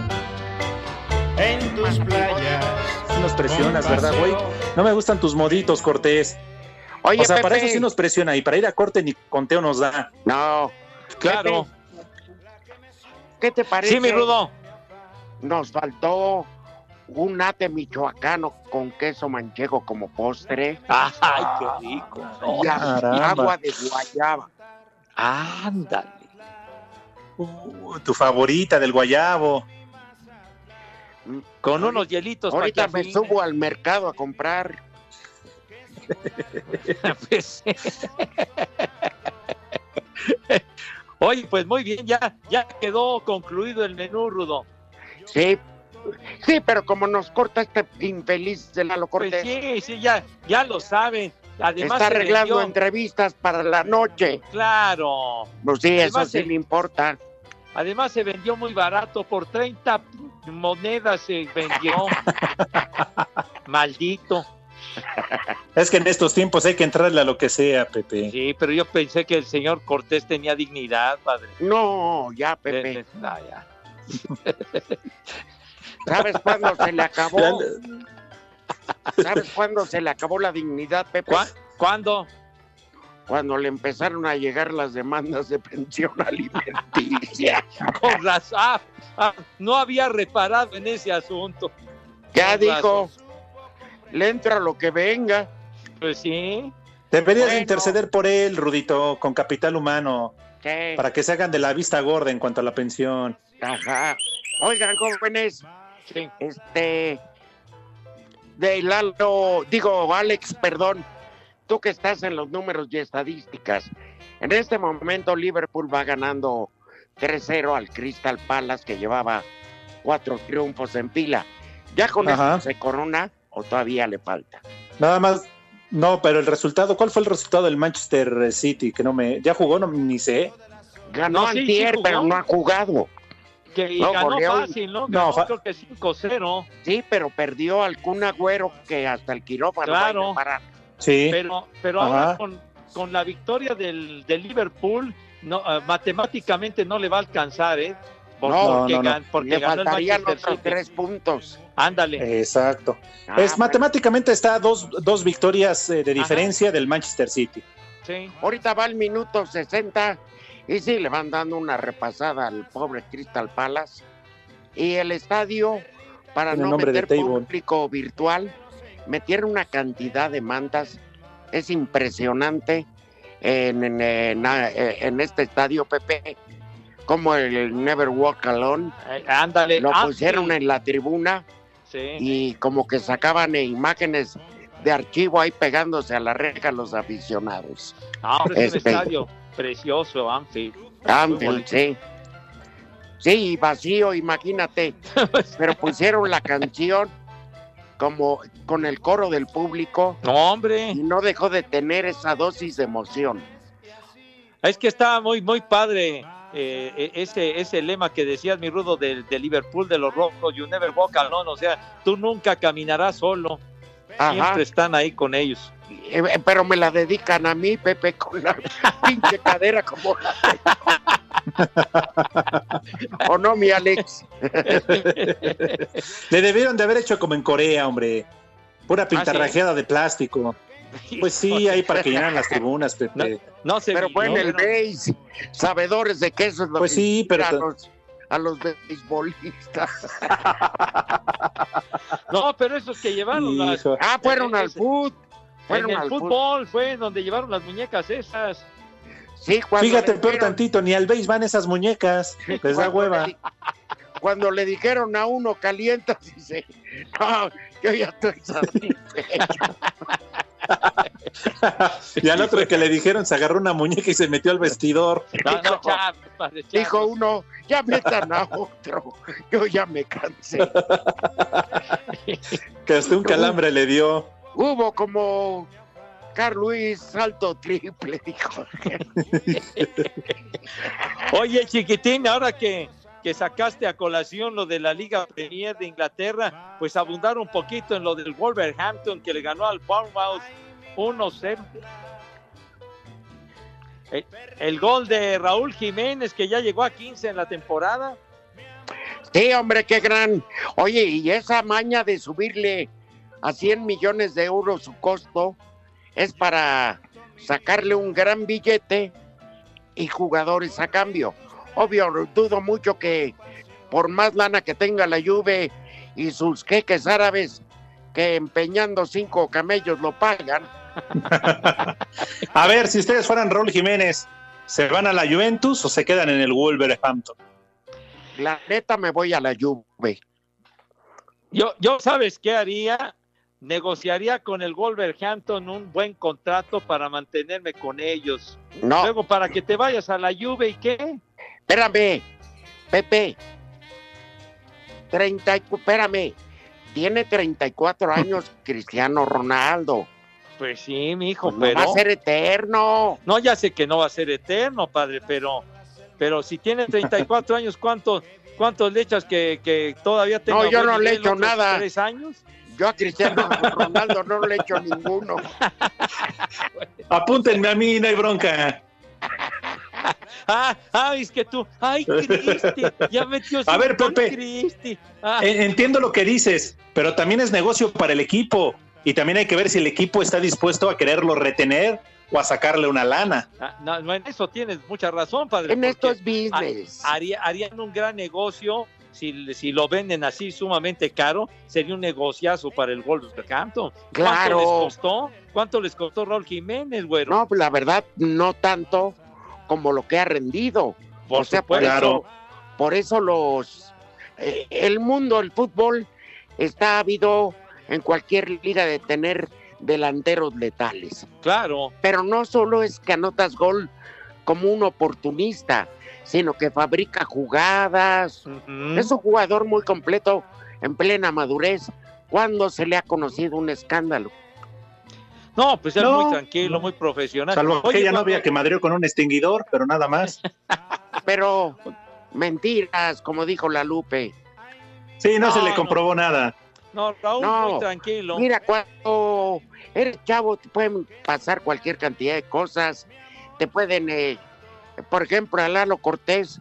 Speaker 5: Mazatlán, en tus playas.
Speaker 3: Sí nos presionas, ¿verdad, güey? No me gustan tus moditos, Cortés.
Speaker 2: Oye,
Speaker 3: o sea, para
Speaker 2: Pepe.
Speaker 3: eso sí nos presiona y para ir a corte ni conteo nos da.
Speaker 2: No.
Speaker 3: Claro.
Speaker 2: ¿Qué te parece?
Speaker 3: Sí, mi Rudo.
Speaker 2: Nos faltó un ate michoacano con queso manchego como postre.
Speaker 4: Ay, qué
Speaker 2: Ah.
Speaker 4: rico.
Speaker 2: Y a-
Speaker 3: caramba.
Speaker 2: agua de guayaba.
Speaker 4: Ándale.
Speaker 3: Uh, tu favorita del guayabo.
Speaker 6: Con unos hielitos.
Speaker 2: Ahorita
Speaker 6: para que
Speaker 2: me
Speaker 6: <laughs>
Speaker 2: subo al mercado a comprar.
Speaker 6: Pues, Oye, pues muy bien, ya, ya quedó concluido el menú, Rudo.
Speaker 2: Sí. Sí, pero como nos corta este infeliz de Lalo
Speaker 6: Pues
Speaker 2: Cortés,
Speaker 6: sí, sí, ya, ya lo saben. Además,
Speaker 2: está
Speaker 6: se
Speaker 2: arreglando
Speaker 6: vendió-
Speaker 2: entrevistas para la noche.
Speaker 6: Claro.
Speaker 2: Pues sí, eso
Speaker 6: Además,
Speaker 2: sí
Speaker 6: el-
Speaker 2: le importa.
Speaker 6: Además, se vendió muy barato, por 30 monedas se
Speaker 2: <laughs>
Speaker 6: vendió. Maldito.
Speaker 3: Es que en estos tiempos hay que entrarle a lo que sea, Pepe.
Speaker 6: Sí, pero yo pensé que el señor Cortés tenía dignidad, padre.
Speaker 2: No, ya, Pepe.
Speaker 6: Eh, eh, no, ya.
Speaker 2: ¿Sabes cuándo se le acabó?
Speaker 6: Ya
Speaker 2: ¿Sabes cuándo se le acabó la dignidad, Pepe?
Speaker 6: ¿Cuándo?
Speaker 2: Cuando le empezaron a llegar las demandas de pensión <laughs> alimenticia.
Speaker 6: Con razón. Ah, ah, no había reparado en ese asunto.
Speaker 2: Ya
Speaker 6: Con razón.
Speaker 2: dijo, le entra lo que venga.
Speaker 6: Pues sí.
Speaker 3: Deberías
Speaker 2: Bueno.
Speaker 3: interceder por él, Rudito, con capital humano,
Speaker 2: Sí.
Speaker 3: para que se hagan de la vista gorda en cuanto a la pensión.
Speaker 2: Ajá. Oigan, jóvenes, este de Lalo, digo, Alex, perdón, tú que estás en los números y estadísticas, en este momento Liverpool va ganando 3-0 al Crystal Palace que llevaba cuatro triunfos en fila. ¿Ya con
Speaker 3: Ajá.
Speaker 2: eso se corona o todavía le falta?
Speaker 3: Nada más, no, pero el resultado, ¿cuál fue el resultado del Manchester City? Que no me, ya jugó, no, ni sé.
Speaker 2: Ganó
Speaker 6: No, sí, sí
Speaker 2: antier,
Speaker 6: jugó.
Speaker 2: pero no ha jugado.
Speaker 6: Que
Speaker 2: No,
Speaker 6: ganó
Speaker 2: goleó.
Speaker 6: fácil, ¿no?
Speaker 2: No,
Speaker 6: Ganó
Speaker 2: fa-
Speaker 6: creo que 5-0.
Speaker 2: Sí, pero perdió al Kun Agüero que hasta el quirófano va a
Speaker 6: Claro.
Speaker 2: parar.
Speaker 3: Sí.
Speaker 6: Pero, pero
Speaker 3: Ajá.
Speaker 6: ahora con, con la victoria del, del Liverpool, no, ah, matemáticamente no le va a alcanzar, ¿eh? Por-
Speaker 3: No,
Speaker 6: porque
Speaker 3: no, no.
Speaker 6: gan- porque
Speaker 2: Le
Speaker 6: ganó el
Speaker 2: faltarían
Speaker 6: Manchester
Speaker 2: otros
Speaker 6: City.
Speaker 2: tres Eh, puntos.
Speaker 6: Ándale.
Speaker 3: Exacto.
Speaker 2: Ah,
Speaker 3: es
Speaker 2: bueno.
Speaker 3: matemáticamente está a dos, dos victorias eh, de diferencia del Manchester City.
Speaker 6: Sí.
Speaker 2: Ahorita va el minuto 60 y sí, le van dando una repasada al pobre Crystal Palace. Y el estadio, para
Speaker 3: Tiene
Speaker 2: no
Speaker 3: nombre de
Speaker 2: meter
Speaker 3: table.
Speaker 2: público virtual, metieron una cantidad de mantas. Es impresionante en, en- en- en este estadio, Pepe, como el Never Walk Alone.
Speaker 6: Eh, ándale.
Speaker 2: Lo
Speaker 6: Ah,
Speaker 2: pusieron
Speaker 6: sí.
Speaker 2: en la tribuna
Speaker 6: Sí.
Speaker 2: y como que sacaban eh, imágenes de archivo ahí pegándose a la reja los aficionados.
Speaker 6: Ah, hombre, es un
Speaker 2: Este.
Speaker 6: estadio precioso, Anfield.
Speaker 2: Anfield, sí. Sí, y vacío,
Speaker 3: <laughs>
Speaker 2: imagínate. Pero pusieron la canción como con el coro del público
Speaker 6: No, hombre.
Speaker 2: y no dejó de tener esa dosis de emoción.
Speaker 6: Es que está muy, muy padre eh, ese, ese lema que decías, mi rudo, del de Liverpool, de los rojos, you never walk alone, o sea, tú nunca caminarás solo.
Speaker 2: Ajá.
Speaker 6: Siempre están ahí con ellos.
Speaker 2: Eh, eh, pero me la dedican a mí, Pepe, con
Speaker 3: <laughs>
Speaker 2: la pinche cadera como la tengo. ¿O no, mi Alex?
Speaker 3: Le debieron de haber hecho como en Corea, hombre. Pura pintarrajeada de plástico. Pues sí, ahí para que llenaran las tribunas, Pepe.
Speaker 6: No, se
Speaker 2: Pero
Speaker 6: vi-
Speaker 2: bueno,
Speaker 6: no,
Speaker 2: el
Speaker 6: no.
Speaker 2: béis, sabedores de que eso es lo
Speaker 3: Pues
Speaker 2: que
Speaker 3: sí, pero-
Speaker 2: inspira a los, a los beisbolistas.
Speaker 6: No, pero esos que llevaron las-
Speaker 3: Hijo.
Speaker 2: Ah, fueron al
Speaker 6: Ese-
Speaker 2: fútbol.
Speaker 6: En
Speaker 2: Fueron
Speaker 6: el
Speaker 2: al fútbol.
Speaker 6: fútbol fue donde llevaron las muñecas esas.
Speaker 2: Sí, cuando
Speaker 3: Fíjate,
Speaker 2: le
Speaker 3: peor
Speaker 2: dieron-
Speaker 3: tantito, ni al béis van esas muñecas. Les da
Speaker 2: Cuando
Speaker 3: hueva.
Speaker 2: le di- Cuando le dijeron a uno calienta, <laughs> dice, no, yo ya estoy satisfecho.
Speaker 3: <laughs> Y al otro que le dijeron se agarró una muñeca y se metió al vestidor.
Speaker 6: No, no, chapas, de chapas.
Speaker 2: Dijo uno, ya metan a otro, yo ya me cansé.
Speaker 3: Que hasta un calambre le dio. <laughs>
Speaker 2: Hubo como Carl Luis salto triple, <laughs> dijo.
Speaker 6: Oye, chiquitín, ahora que, que sacaste a colación lo de la Liga Premier de Inglaterra, pues abundar un poquito en lo del Wolverhampton que le ganó al Bournemouth 1-0. Eh, El gol de Raúl Jiménez que ya llegó a 15 en la temporada.
Speaker 2: Sí, hombre, qué gran. Oye, y esa maña de subirle a 100 millones de euros su costo es para sacarle un gran billete y jugadores a cambio. Obvio, dudo mucho que por más lana que tenga la Juve y sus queques árabes que empeñando cinco camellos lo pagan.
Speaker 3: A ver, si ustedes fueran Raúl Jiménez, ¿se van a la Juventus o se quedan en el Wolverhampton?
Speaker 2: La neta me voy a la Juve.
Speaker 6: Yo, yo sabes qué haría, negociaría con el Wolverhampton un buen contrato para mantenerme con ellos.
Speaker 2: No.
Speaker 6: Luego para que te vayas a la Juve y qué.
Speaker 2: Espérame, Pepe. 30, y cu- espérame. Tiene
Speaker 6: <laughs>
Speaker 2: 34 años Cristiano Ronaldo.
Speaker 6: Pues sí, mi hijo,
Speaker 2: No
Speaker 6: pero
Speaker 2: va a ser eterno.
Speaker 6: no ya sé que no va a ser eterno, padre, pero pero si tiene 34 <laughs> años, ¿cuántos cuántos le echas que, que todavía tenga
Speaker 2: No, yo
Speaker 6: buen
Speaker 2: no le
Speaker 6: nivel,
Speaker 2: echo
Speaker 6: otros
Speaker 2: nada.
Speaker 6: tres años?
Speaker 2: Yo a
Speaker 6: <laughs>
Speaker 2: Cristiano Ronaldo no le echo ninguno.
Speaker 3: Apúntenme a mí, no hay bronca.
Speaker 6: Ah, ah, es que tú, ay, Cristi, ya
Speaker 2: <laughs>
Speaker 6: metió
Speaker 3: A ver,
Speaker 6: cinco,
Speaker 3: Pepe.
Speaker 6: Cristi. Ah,
Speaker 2: Eh.
Speaker 3: En- E, Entiendo lo que dices, pero también es negocio para el equipo. Y también hay que ver si el equipo está dispuesto a quererlo retener o a sacarle una lana.
Speaker 6: ah, no, no, en eso tienes mucha razón, padre.
Speaker 2: En esto
Speaker 6: porque-
Speaker 2: es business.
Speaker 6: haría- harían un gran negocio si, si lo venden así sumamente caro, sería un negociazo para el Wolverhampton.
Speaker 2: Claro.
Speaker 6: ¿Cuánto les costó? ¿Cuánto les costó Raúl Jiménez, güero?
Speaker 2: No, pues, la verdad, no tanto como lo que ha rendido.
Speaker 6: Por
Speaker 2: o sea, pues, por
Speaker 6: supuesto.
Speaker 2: eso, por eso los eh, el mundo, el fútbol, está habido en cualquier liga de tener delanteros letales.
Speaker 6: Claro,
Speaker 2: pero no solo es que anotas gol como un oportunista, sino que fabrica jugadas.
Speaker 6: Ujú.
Speaker 2: Es un jugador muy completo en plena madurez. ¿Cuándo se le ha conocido un escándalo?
Speaker 6: No, pues es
Speaker 3: No.
Speaker 6: muy tranquilo, muy profesional.
Speaker 3: Salvo
Speaker 6: Oye,
Speaker 3: aquella
Speaker 6: cuando-
Speaker 3: novia que madrió con un extinguidor, pero nada más.
Speaker 2: Pero mentiras, como dijo la Lupe.
Speaker 3: Sí, no, se
Speaker 6: No,
Speaker 3: le
Speaker 6: Ah, no.
Speaker 3: comprobó nada.
Speaker 6: No, Raúl,
Speaker 2: No.
Speaker 6: muy tranquilo.
Speaker 2: Mira, cuando eres chavo te pueden pasar cualquier cantidad de cosas. Te pueden, eh, por ejemplo, a Lalo Cortés,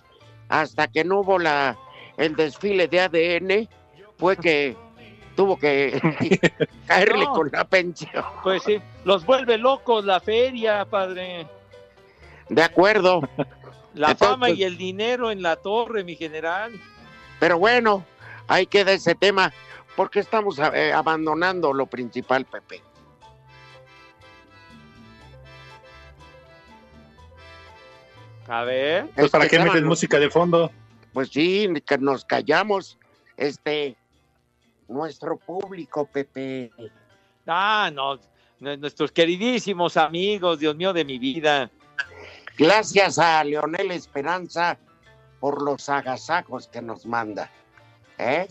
Speaker 2: hasta que no hubo la, el desfile de ADN, fue que <laughs> tuvo que caerle
Speaker 6: No.
Speaker 2: con la pensión.
Speaker 6: Pues sí, los vuelve locos la feria, padre.
Speaker 2: De acuerdo,
Speaker 6: La
Speaker 2: Entonces- pues,
Speaker 6: fama y el dinero en la torre, mi general.
Speaker 2: pero bueno, ahí queda ese tema, porque estamos eh, abandonando lo principal, Pepe.
Speaker 6: A ver.
Speaker 3: Pues para
Speaker 2: Este,
Speaker 3: qué meten
Speaker 2: estaban-
Speaker 3: música de fondo.
Speaker 2: Pues sí, que nos callamos. Este, nuestro público, Pepe.
Speaker 6: Ah, no. n- Nuestros queridísimos amigos, Dios mío de mi vida.
Speaker 2: Gracias a Leonel Esperanza por los agasajos que nos manda. ¿Eh?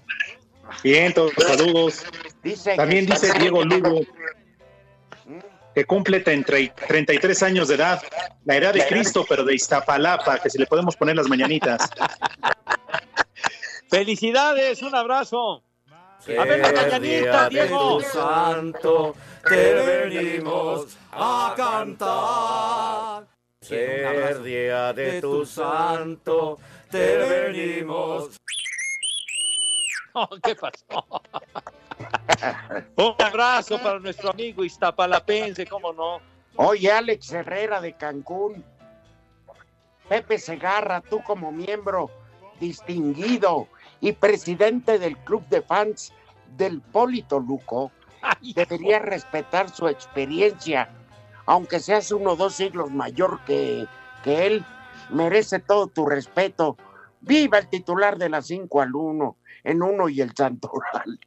Speaker 3: Bien, todos saludos.
Speaker 2: Dice
Speaker 3: También
Speaker 2: que-
Speaker 3: dice Diego Lugo. que cumple 30 33 años de edad, la edad de Cristo, pero de Iztapalapa, que si le podemos poner las
Speaker 6: <laughs>
Speaker 3: mañanitas.
Speaker 6: Felicidades, un abrazo. A ver, la
Speaker 15: Qué
Speaker 6: mañanita,
Speaker 15: día
Speaker 6: Diego.
Speaker 15: de tu santo, te venimos a cantar. Ser día de tu santo, te venimos.
Speaker 6: <laughs> Oh, ¿Qué pasó? <laughs> Un abrazo para nuestro amigo Iztapalapense, cómo no.
Speaker 2: Oye, Alex Herrera de Cancún. Pepe Segarra, tú como miembro distinguido y presidente del club de fans del Polito Luco, deberías respetar su experiencia. Aunque seas uno o dos siglos mayor que, que él, merece todo tu respeto. Viva el titular de las 5 al 1, en uno y el Santoral.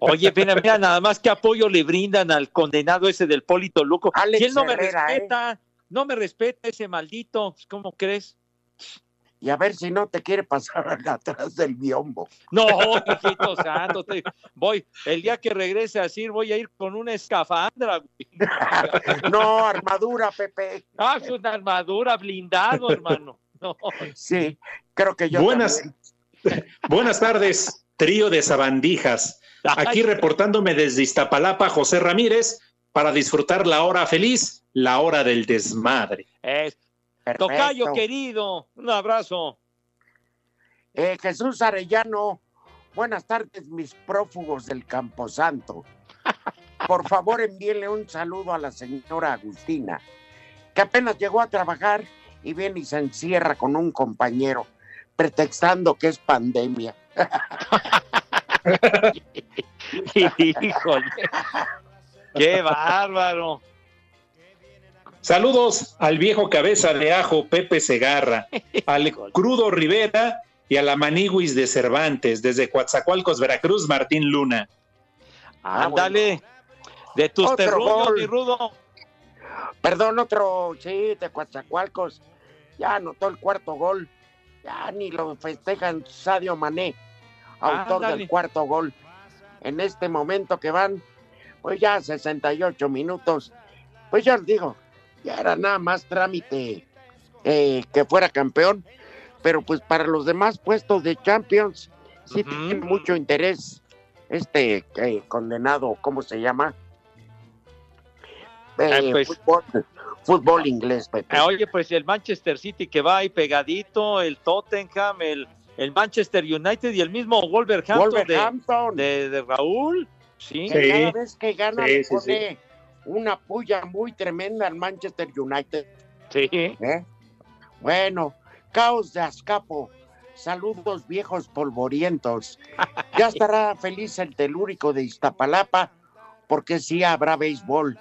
Speaker 6: Oye, mira, mira, nada más que apoyo le brindan al condenado ese del Polito Luco.
Speaker 2: Alex
Speaker 6: Si él no me
Speaker 2: Herrera, ¿eh?
Speaker 6: respeta, no me respeta ese maldito, pues, ¿cómo crees?
Speaker 2: Y a ver si no te quiere pasar <laughs> atrás del biombo. <laughs>
Speaker 6: No, hijito santo, te- voy, el día que regrese así voy a ir con una escafandra, güey.
Speaker 2: No, armadura, Pepe.
Speaker 6: Ah, es una armadura blindado, hermano. No.
Speaker 2: Sí, creo que yo.
Speaker 3: Buenas, <laughs> buenas tardes, trío de sabandijas. Aquí reportándome desde Iztapalapa, José Ramírez, para disfrutar la hora feliz, la hora del desmadre.
Speaker 6: Es- Tocayo querido, un abrazo.
Speaker 2: Eh, Jesús Arellano, buenas tardes, mis prófugos del Camposanto. Por favor, envíenle un saludo a la señora Agustina, que apenas llegó a trabajar y viene y se encierra con un compañero, pretextando que es pandemia.
Speaker 6: <laughs> Híjole. Qué bárbaro.
Speaker 3: Saludos al viejo cabeza de ajo Pepe Segarra,
Speaker 6: <laughs>
Speaker 3: al crudo Rivera y a la maniguis de Cervantes, desde Coatzacoalcos, Veracruz, Martín Luna. <laughs>
Speaker 6: Ah, Ándale. De tus
Speaker 2: Otro
Speaker 6: terruños,
Speaker 2: gol.
Speaker 6: mi rudo.
Speaker 2: Perdón, otro, sí, de Coatzacoalcos. Ya anotó el cuarto gol. Ya ni lo festejan Sadio Mané, autor
Speaker 6: Ándale.
Speaker 2: del cuarto gol. En este momento que van, pues ya 68 minutos. Pues yo les digo, ya era nada más trámite eh, que fuera campeón. Pero pues para los demás puestos de Champions, sí tiene mucho interés este eh, condenado, ¿cómo se llama?
Speaker 6: Ah,
Speaker 2: Eh,
Speaker 6: pues.
Speaker 2: fútbol, fútbol inglés, Pepe.
Speaker 6: Ah, Oye, pues el Manchester City que va ahí pegadito, el Tottenham, el, el Manchester United y el mismo Wolverhampton, de-
Speaker 2: Wolverhampton.
Speaker 6: De, de Raúl. Sí.
Speaker 2: Que cada vez que gana
Speaker 6: Sí,
Speaker 2: le
Speaker 6: sí, sí.
Speaker 2: pone una puya muy tremenda al Manchester United.
Speaker 6: Sí.
Speaker 2: ¿eh? Bueno, caos de Azcapo. Saludos viejos polvorientos. Ya estará feliz el telúrico de Iztapalapa porque sí habrá béisbol.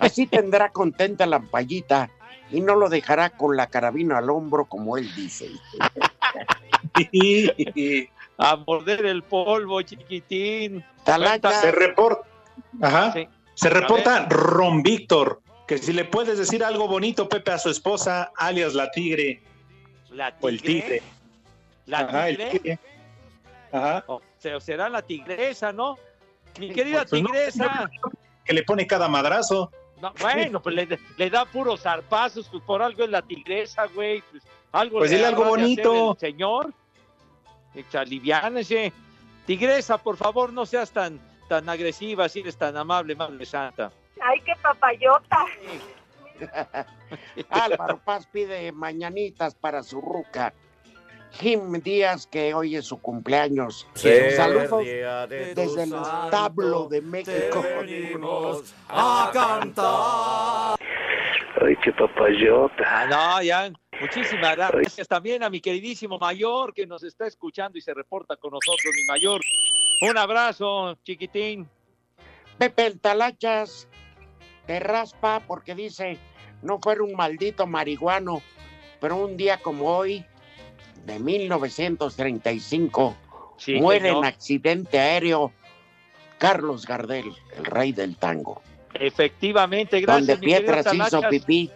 Speaker 2: Así tendrá contenta la payita y no lo dejará con la carabina al hombro como él dice.
Speaker 6: A morder el polvo, chiquitín.
Speaker 3: Se reporta. Ajá.
Speaker 6: Sí.
Speaker 3: Se reporta Ron Víctor, que si le puedes decir algo bonito, Pepe, a su esposa, alias la tigre
Speaker 6: La
Speaker 3: o el tigre.
Speaker 6: tigre. La
Speaker 3: Ajá, el
Speaker 6: tigre.
Speaker 3: tigre. Ajá.
Speaker 6: O se- será la tigresa, ¿no? Mi querida
Speaker 3: Pues no,
Speaker 6: tigresa.
Speaker 3: Que le pone cada madrazo. <laughs>
Speaker 6: No, bueno, pues le, le da puros zarpazos, pues por algo es la tigresa, güey. Pues, algo
Speaker 3: Pues
Speaker 6: le
Speaker 3: dile algo
Speaker 6: habrá de hacer
Speaker 3: bonito.
Speaker 6: el señor, Ex- aliviánese. Tigresa, por favor, no seas tan, tan agresiva, si eres tan amable, Madre Santa.
Speaker 16: Ay, qué papayota.
Speaker 2: Álvaro Paz pide mañanitas para su ruca. Jim Díaz, que hoy es su cumpleaños.
Speaker 15: Ser
Speaker 2: Saludos
Speaker 15: día de tu
Speaker 2: desde el
Speaker 15: santo,
Speaker 2: establo de México.
Speaker 15: Venimos a cantar.
Speaker 17: Ay, qué papayota.
Speaker 6: Ah, no, ya. Muchísimas gracias también a mi queridísimo mayor que nos está escuchando y se reporta con nosotros, mi mayor. Un abrazo, chiquitín.
Speaker 2: Pepe el Talachas te raspa porque dice, no fuera un maldito marihuano, pero un día como hoy, de 1935,
Speaker 6: Sí,
Speaker 2: muere
Speaker 6: señor.
Speaker 2: en accidente aéreo Carlos Gardel, el rey del tango,
Speaker 6: Efectivamente, gracias.
Speaker 2: donde
Speaker 6: mi querido
Speaker 2: Pietras hizo
Speaker 6: Talachas.
Speaker 2: pipí.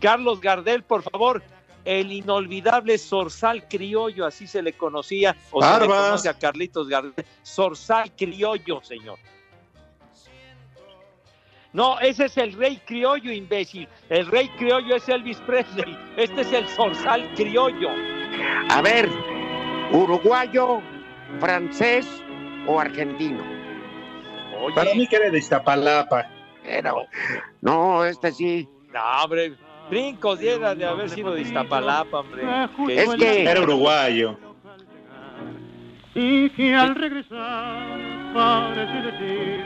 Speaker 6: Carlos Gardel, por favor, el inolvidable Zorzal Criollo, así se le conocía, o se le
Speaker 3: Barbas.
Speaker 6: conoce a Carlitos Gardel, Zorzal Criollo, señor. No, ese es el rey criollo, imbécil. El rey criollo es Elvis Presley. Este es el zorzal criollo.
Speaker 2: A ver, uruguayo, francés o argentino.
Speaker 3: Para mí que era de Iztapalapa.
Speaker 2: Pero, no, este sí.
Speaker 6: No, hombre, brincos diera de haber sido de Iztapalapa, hombre.
Speaker 2: Es que-
Speaker 3: Era uruguayo.
Speaker 18: Y que al regresar parece decir,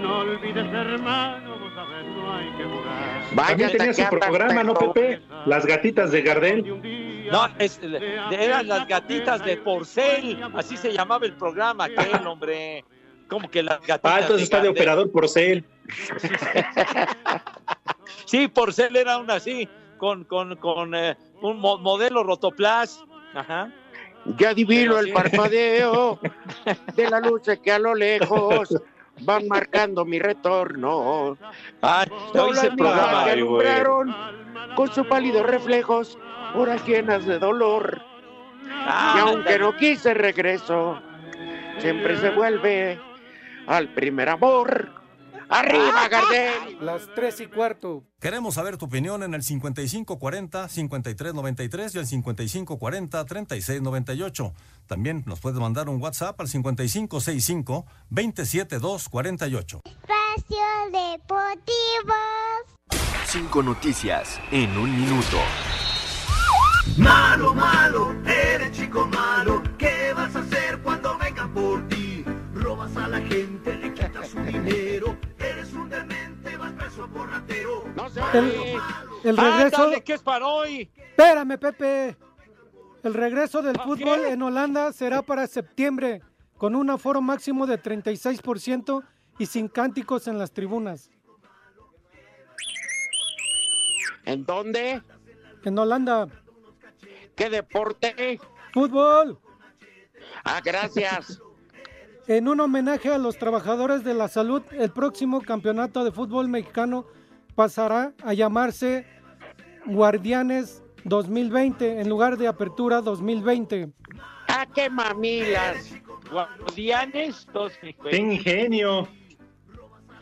Speaker 18: no olvides hermano, vos sabes, no hay que jugar.
Speaker 3: También tenía su programa, ¿no, Pepe? Las gatitas de Gardel.
Speaker 6: No, es- eh, eran las gatitas de Porcel. Así se llamaba el programa aquel, hombre. Como que las gatitas.
Speaker 3: Ah, entonces está de
Speaker 6: Gardel.
Speaker 3: operador por cel.
Speaker 6: Sí, Porcel era una así, con, con, con eh, un mo- modelo Rotoplas. Ajá.
Speaker 2: Ya divino
Speaker 6: Pero
Speaker 2: el
Speaker 6: sí. <laughs>
Speaker 2: parpadeo de la luz que a lo lejos van marcando mi retorno.
Speaker 6: Ay,
Speaker 2: Solo
Speaker 6: hice
Speaker 2: las
Speaker 6: programa,
Speaker 2: mismas que
Speaker 6: ay, güey.
Speaker 2: alumbraron con sus pálidos reflejos, horas llenas de dolor. y aunque no quise regreso, siempre se vuelve al primer amor.
Speaker 6: Ah,
Speaker 2: ¡Arriba, Gardel!
Speaker 8: Las 3 y cuarto. Queremos saber tu opinión en el 5540-5393 y el 5540-3698. También nos puedes mandar un WhatsApp al 5565-27248.
Speaker 7: Espacio Deportivo.
Speaker 19: Cinco noticias en un minuto.
Speaker 15: Malo, malo, eres chico malo. ¿Qué vas a hacer cuando vengan por ti? Robas a la gente, le quitas su dinero. Eres un demente, vas preso por ratero.
Speaker 20: El, el regreso.
Speaker 6: Ándale, ¿qué es para hoy?
Speaker 20: Espérame, Pepe. El regreso del fútbol en Holanda será para septiembre, con un aforo máximo de 36% y sin cánticos en las tribunas.
Speaker 6: ah.
Speaker 2: ¿En dónde?
Speaker 20: En Holanda.
Speaker 2: ¿Qué deporte?
Speaker 20: Fútbol.
Speaker 2: Ah, gracias.
Speaker 20: En un homenaje a los trabajadores de la salud, el próximo campeonato de fútbol mexicano pasará a llamarse Guardianes 2020 en lugar de Apertura 2020.
Speaker 2: ¡Ah, qué mamilas!
Speaker 6: Guardianes, dos
Speaker 20: ¡Qué ingenio!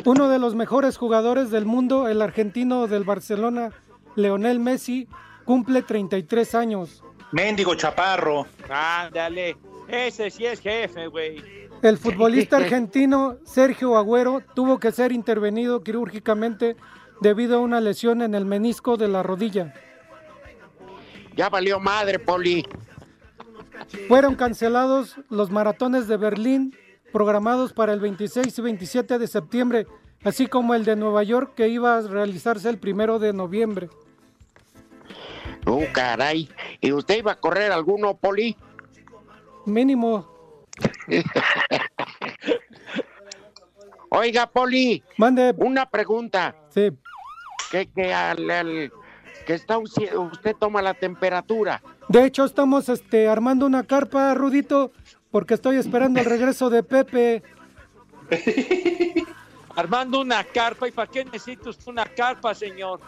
Speaker 20: Uno de los mejores jugadores del mundo, el argentino del Barcelona, Leonel Messi, cumple 33 años.
Speaker 3: Méndigo Chaparro.
Speaker 6: Ándale, ese sí es jefe, güey.
Speaker 20: El futbolista argentino Sergio Agüero tuvo que ser intervenido quirúrgicamente debido a una lesión en el menisco de la rodilla.
Speaker 2: Ya valió madre, Poli.
Speaker 20: Fueron cancelados los maratones de Berlín programados para el 26 y 27 de septiembre, así como el de Nueva York que iba a realizarse el primero de noviembre.
Speaker 2: ¡Uh, caray! ¿Y usted iba a correr alguno, Poli?
Speaker 20: Mínimo.
Speaker 2: Oiga, Poli.
Speaker 20: Mande.
Speaker 2: Una pregunta.
Speaker 20: Sí.
Speaker 2: Que, que, al, al- que está usted, usted toma la temperatura.
Speaker 20: De hecho, estamos este, armando una carpa, Rudito, porque estoy esperando el regreso de Pepe.
Speaker 6: Armando una carpa, ¿y para qué necesitas una carpa, señor?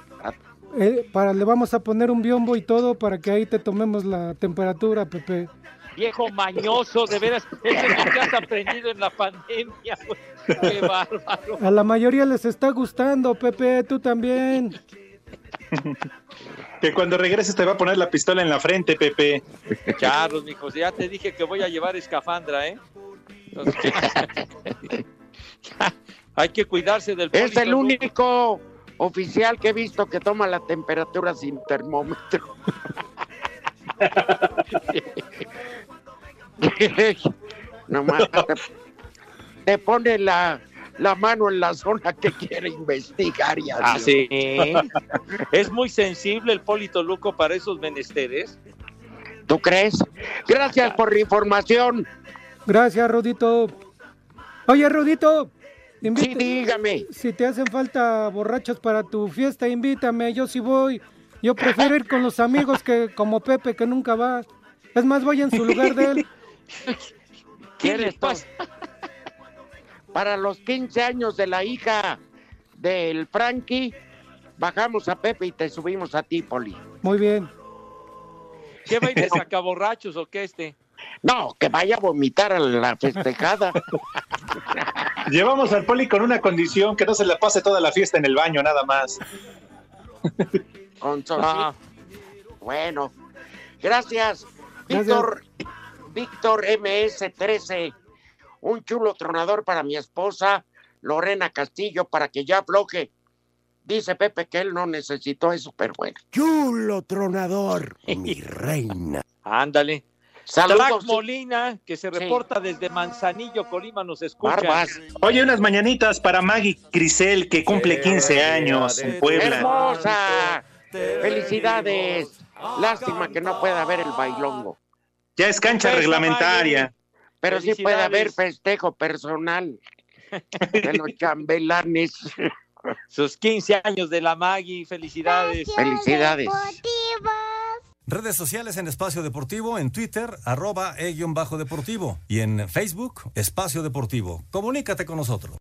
Speaker 20: Eh, para, le vamos a poner un biombo y todo para que ahí te tomemos la temperatura, Pepe.
Speaker 6: Viejo mañoso, de veras, eso es lo que has aprendido en la pandemia, güey. Qué bárbaro.
Speaker 20: A la mayoría les está gustando, Pepe, tú también.
Speaker 3: Que cuando regreses te va a poner la pistola en la frente, Pepe.
Speaker 6: Charlos, mijos, ya te dije que voy a llevar escafandra, ¿eh? Entonces, <laughs> hay que cuidarse del
Speaker 2: Es
Speaker 6: poli,
Speaker 2: el
Speaker 6: Rudo.
Speaker 2: único oficial que he visto que toma la temperatura sin termómetro. <laughs> Nomás te, te pone la, la mano en la zona que quiere investigar y así.
Speaker 6: Ah, sí. Es muy sensible el Polito Luco para esos menesteres.
Speaker 2: ¿Tú crees? Gracias por la información.
Speaker 20: Gracias, Rudito. Oye, Rudito. invita-
Speaker 2: dígame.
Speaker 20: Si te hacen falta borrachos para tu fiesta, invítame, yo sí voy. Yo prefiero ir con los amigos que como Pepe, que nunca va. Es más, voy en su lugar de él.
Speaker 2: <laughs> ¿Qué les pasa? Para los 15 años de la hija del Frankie, bajamos a Pepe y te subimos a ti, Poli.
Speaker 20: Muy bien.
Speaker 6: ¿Qué va a
Speaker 3: <laughs>
Speaker 6: ir de sacaborrachos o qué este?
Speaker 2: No, que vaya a vomitar a la festejada.
Speaker 3: Llevamos al poli con una condición, que no se le pase toda la fiesta en el baño, nada más.
Speaker 2: Con solcito. Bueno, gracias. Víctor, Víctor MS13, un chulo tronador para mi esposa, Lorena Castillo, para que ya afloje. Dice Pepe que él no necesitó eso, pero bueno.
Speaker 21: Chulo tronador, mi reina.
Speaker 6: Ándale. Drac
Speaker 2: Saludos.
Speaker 6: Molina, que se reporta desde Manzanillo, Colima, nos escucha.
Speaker 3: Oye, unas mañanitas para Maggie Crisel, que cumple 15 años en Puebla.
Speaker 2: ¡Hermosa! ¡Felicidades! Lástima que no pueda haber el bailongo.
Speaker 3: Ya es cancha reglamentaria.
Speaker 2: Pero sí puede haber
Speaker 3: Felicidades.
Speaker 2: festejo personal de los chambelanes.
Speaker 6: Sus 15 años de la Maggie, felicidades.
Speaker 2: Felicidades.
Speaker 8: Redes sociales en Espacio Deportivo, en Twitter, arroba E e-deportivo y en Facebook, Espacio Deportivo. Comunícate con nosotros.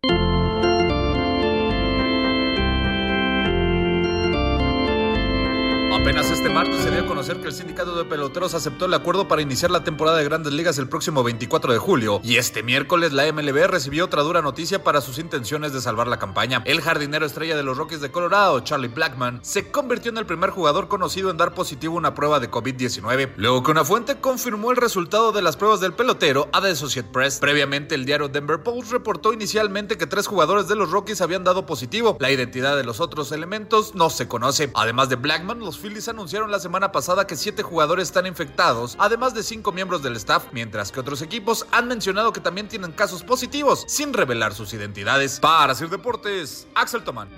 Speaker 9: Apenas este martes se dio a conocer que el sindicato de peloteros aceptó el acuerdo para iniciar la temporada de Grandes Ligas el próximo 24 de julio y este miércoles la MLB recibió otra dura noticia para sus intenciones de salvar la campaña. El jardinero estrella de los Rockies de Colorado, Charlie Blackman, se convirtió en el primer jugador conocido en dar positivo una prueba de COVID-19, luego que una fuente confirmó el resultado de las pruebas del pelotero a The Associate Press. Previamente, el diario Denver Post reportó inicialmente que tres jugadores de los Rockies habían dado positivo. La identidad de los otros elementos no se conoce. Además de Blackman, los Phillies anunciaron la semana pasada que siete jugadores están infectados, además de cinco miembros del staff, mientras que otros equipos han mencionado que también tienen casos positivos, sin revelar sus identidades. Para Sir Deportes, Axel Tomán.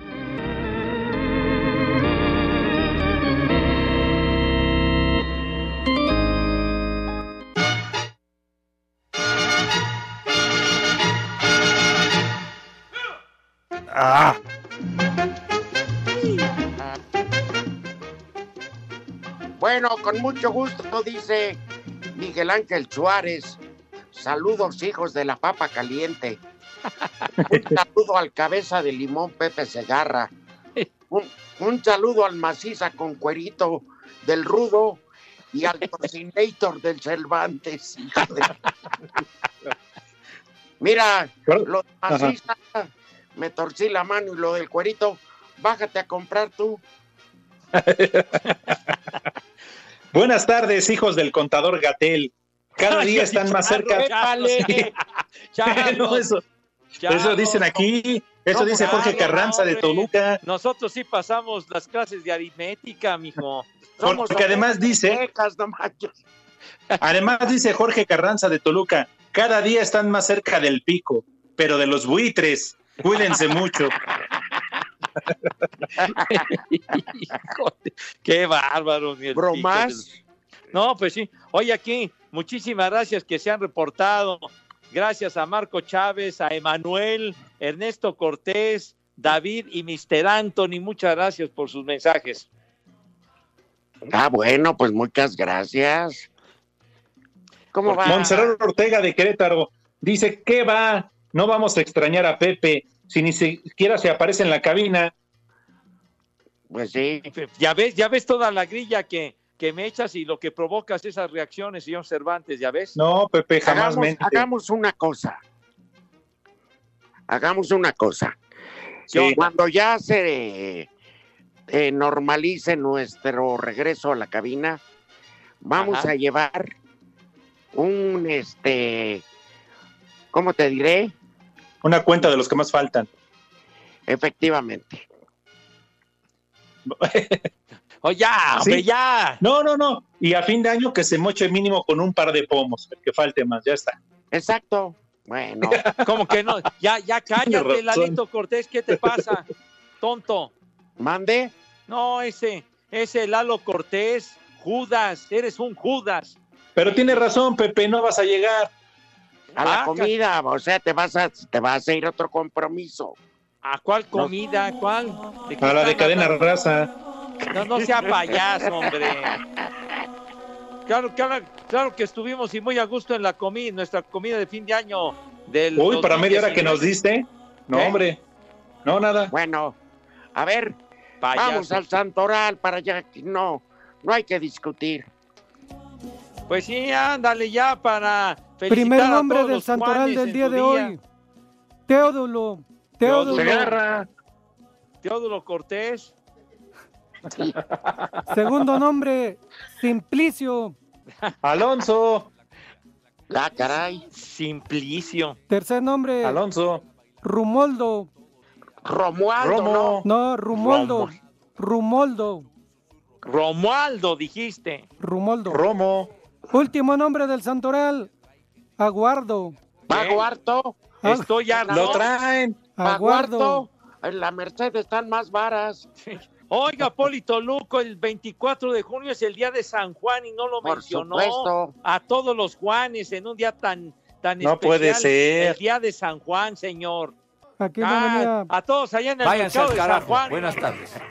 Speaker 3: Ah.
Speaker 2: Bueno, con mucho gusto, dice Miguel Ángel Suárez. Saludos, hijos de la papa caliente. Un saludo al cabeza de limón Pepe Segarra. Un, un saludo al maciza con cuerito del rudo y al torcinator del Cervantes. hijo de- Mira, los maciza, me torcí la mano y lo del cuerito, bájate a comprar tú.
Speaker 3: <laughs> Buenas tardes, hijos del contador Gatel. Cada día están más cerca. <laughs>
Speaker 6: Épale.
Speaker 3: No, eso, eso dicen aquí. Eso
Speaker 6: No,
Speaker 3: dice Jorge
Speaker 6: claro,
Speaker 3: Carranza de
Speaker 6: hombre.
Speaker 3: Toluca.
Speaker 6: Nosotros sí pasamos las clases de aritmética, mijo.
Speaker 3: Somos Porque además dice-
Speaker 2: aztecas, no manches.
Speaker 3: Además, dice Jorge Carranza de Toluca, cada día están más cerca del pico, pero de los buitres, cuídense <laughs> mucho.
Speaker 6: Híjole, qué bárbaro. ni el
Speaker 2: Bromas.
Speaker 6: pico del- No, pues sí. Oye, aquí, muchísimas gracias que se han reportado. Gracias a Marco Chávez, a Emanuel, Ernesto Cortés, David y Mr. Anthony. Muchas gracias por sus mensajes.
Speaker 2: Ah, bueno, pues muchas gracias. ¿Cómo va?
Speaker 3: Montserrat Ortega de Querétaro dice, ¿qué va? No vamos a extrañar a Pepe si ni siquiera se aparece en la cabina.
Speaker 2: Pues sí.
Speaker 6: Ya ves, ya ves toda la grilla que, que me echas y lo que provocas esas reacciones, señor Cervantes, ya ves.
Speaker 3: No, Pepe, jamás
Speaker 2: Hagamos,
Speaker 3: mente.
Speaker 2: hagamos una cosa. Hagamos una cosa.
Speaker 3: Sí.
Speaker 2: Cuando ya se eh, normalice nuestro regreso a la cabina, vamos
Speaker 6: Ajá.
Speaker 2: a llevar un este, ¿cómo te diré?
Speaker 3: Una cuenta de los que más faltan. <laughs>
Speaker 2: Efectivamente.
Speaker 6: Oye, ya,
Speaker 3: Sí.
Speaker 6: hombre, ya.
Speaker 3: No, no, no. Y a fin de año que se moche mínimo con un par de pomos, que falte más, ya está.
Speaker 2: Exacto.
Speaker 6: <laughs>
Speaker 2: Bueno,
Speaker 6: Como que no,
Speaker 3: <laughs>
Speaker 6: ya, ya cállate,
Speaker 3: razón.
Speaker 6: Lalito Cortés, ¿qué te pasa? Tonto.
Speaker 2: mande.
Speaker 6: No, ese, ese Lalo Cortés, Judas, eres un Judas.
Speaker 3: Pero tiene razón, Pepe, no vas a llegar.
Speaker 2: A la
Speaker 6: Ah,
Speaker 2: comida, o sea, te vas a, te vas a ir a otro compromiso.
Speaker 6: ¿A cuál comida? ¿Cuál? ¿De qué
Speaker 3: A la de
Speaker 6: están
Speaker 3: cadena
Speaker 6: hablando?
Speaker 3: raza.
Speaker 6: No, no sea payaso, hombre. Claro, claro, claro que estuvimos y muy a gusto en la comida, nuestra comida de fin de año del.
Speaker 3: Uy, para media hora que nos
Speaker 6: 2019.
Speaker 3: diste. No,
Speaker 6: ¿Qué?
Speaker 3: hombre. No, nada.
Speaker 2: Bueno, a ver,
Speaker 6: Payaso.
Speaker 2: vamos al santoral para ya que no, no hay que discutir.
Speaker 6: Pues sí, ándale ya para felicitar
Speaker 20: Primer
Speaker 6: a
Speaker 20: nombre
Speaker 6: todos
Speaker 20: del
Speaker 6: los
Speaker 20: santoral
Speaker 6: Juanes
Speaker 20: del
Speaker 6: en
Speaker 20: día
Speaker 6: su
Speaker 20: de hoy. Teodulo. Teodulo.
Speaker 6: Teodulo. Teodulo Cortés.
Speaker 20: Sí. Segundo nombre, Simplicio.
Speaker 6: Alonso.
Speaker 2: La Ah, caray.
Speaker 6: Simplicio.
Speaker 20: Tercer nombre.
Speaker 6: Alonso.
Speaker 20: Rumoldo.
Speaker 2: Romualdo.
Speaker 6: Romo.
Speaker 20: No, Rumoldo.
Speaker 6: Romo.
Speaker 20: Rumoldo.
Speaker 6: Romualdo, dijiste.
Speaker 20: Rumoldo.
Speaker 6: Romo.
Speaker 20: Último nombre del Santoral. Aguardo.
Speaker 2: Paguarto.
Speaker 20: Ah.
Speaker 6: Estoy harto.
Speaker 2: Lo
Speaker 6: traen.
Speaker 20: Aguardo.
Speaker 2: Paguardo. En la Merced están más varas.
Speaker 6: Oiga, Poli Toluco, el 24 de junio es el día de San Juan y no lo
Speaker 2: Por
Speaker 6: mencionó.
Speaker 2: supuesto.
Speaker 6: A todos los Juanes en un día tan, tan
Speaker 3: No
Speaker 6: especial.
Speaker 3: puede ser.
Speaker 6: El día de San Juan, señor.
Speaker 20: Aquí no
Speaker 6: Ah,
Speaker 20: venía.
Speaker 6: a todos allá en el
Speaker 22: Váyanse
Speaker 6: mercado
Speaker 22: al
Speaker 6: de San
Speaker 22: carajo.
Speaker 6: Juan.
Speaker 22: Buenas tardes.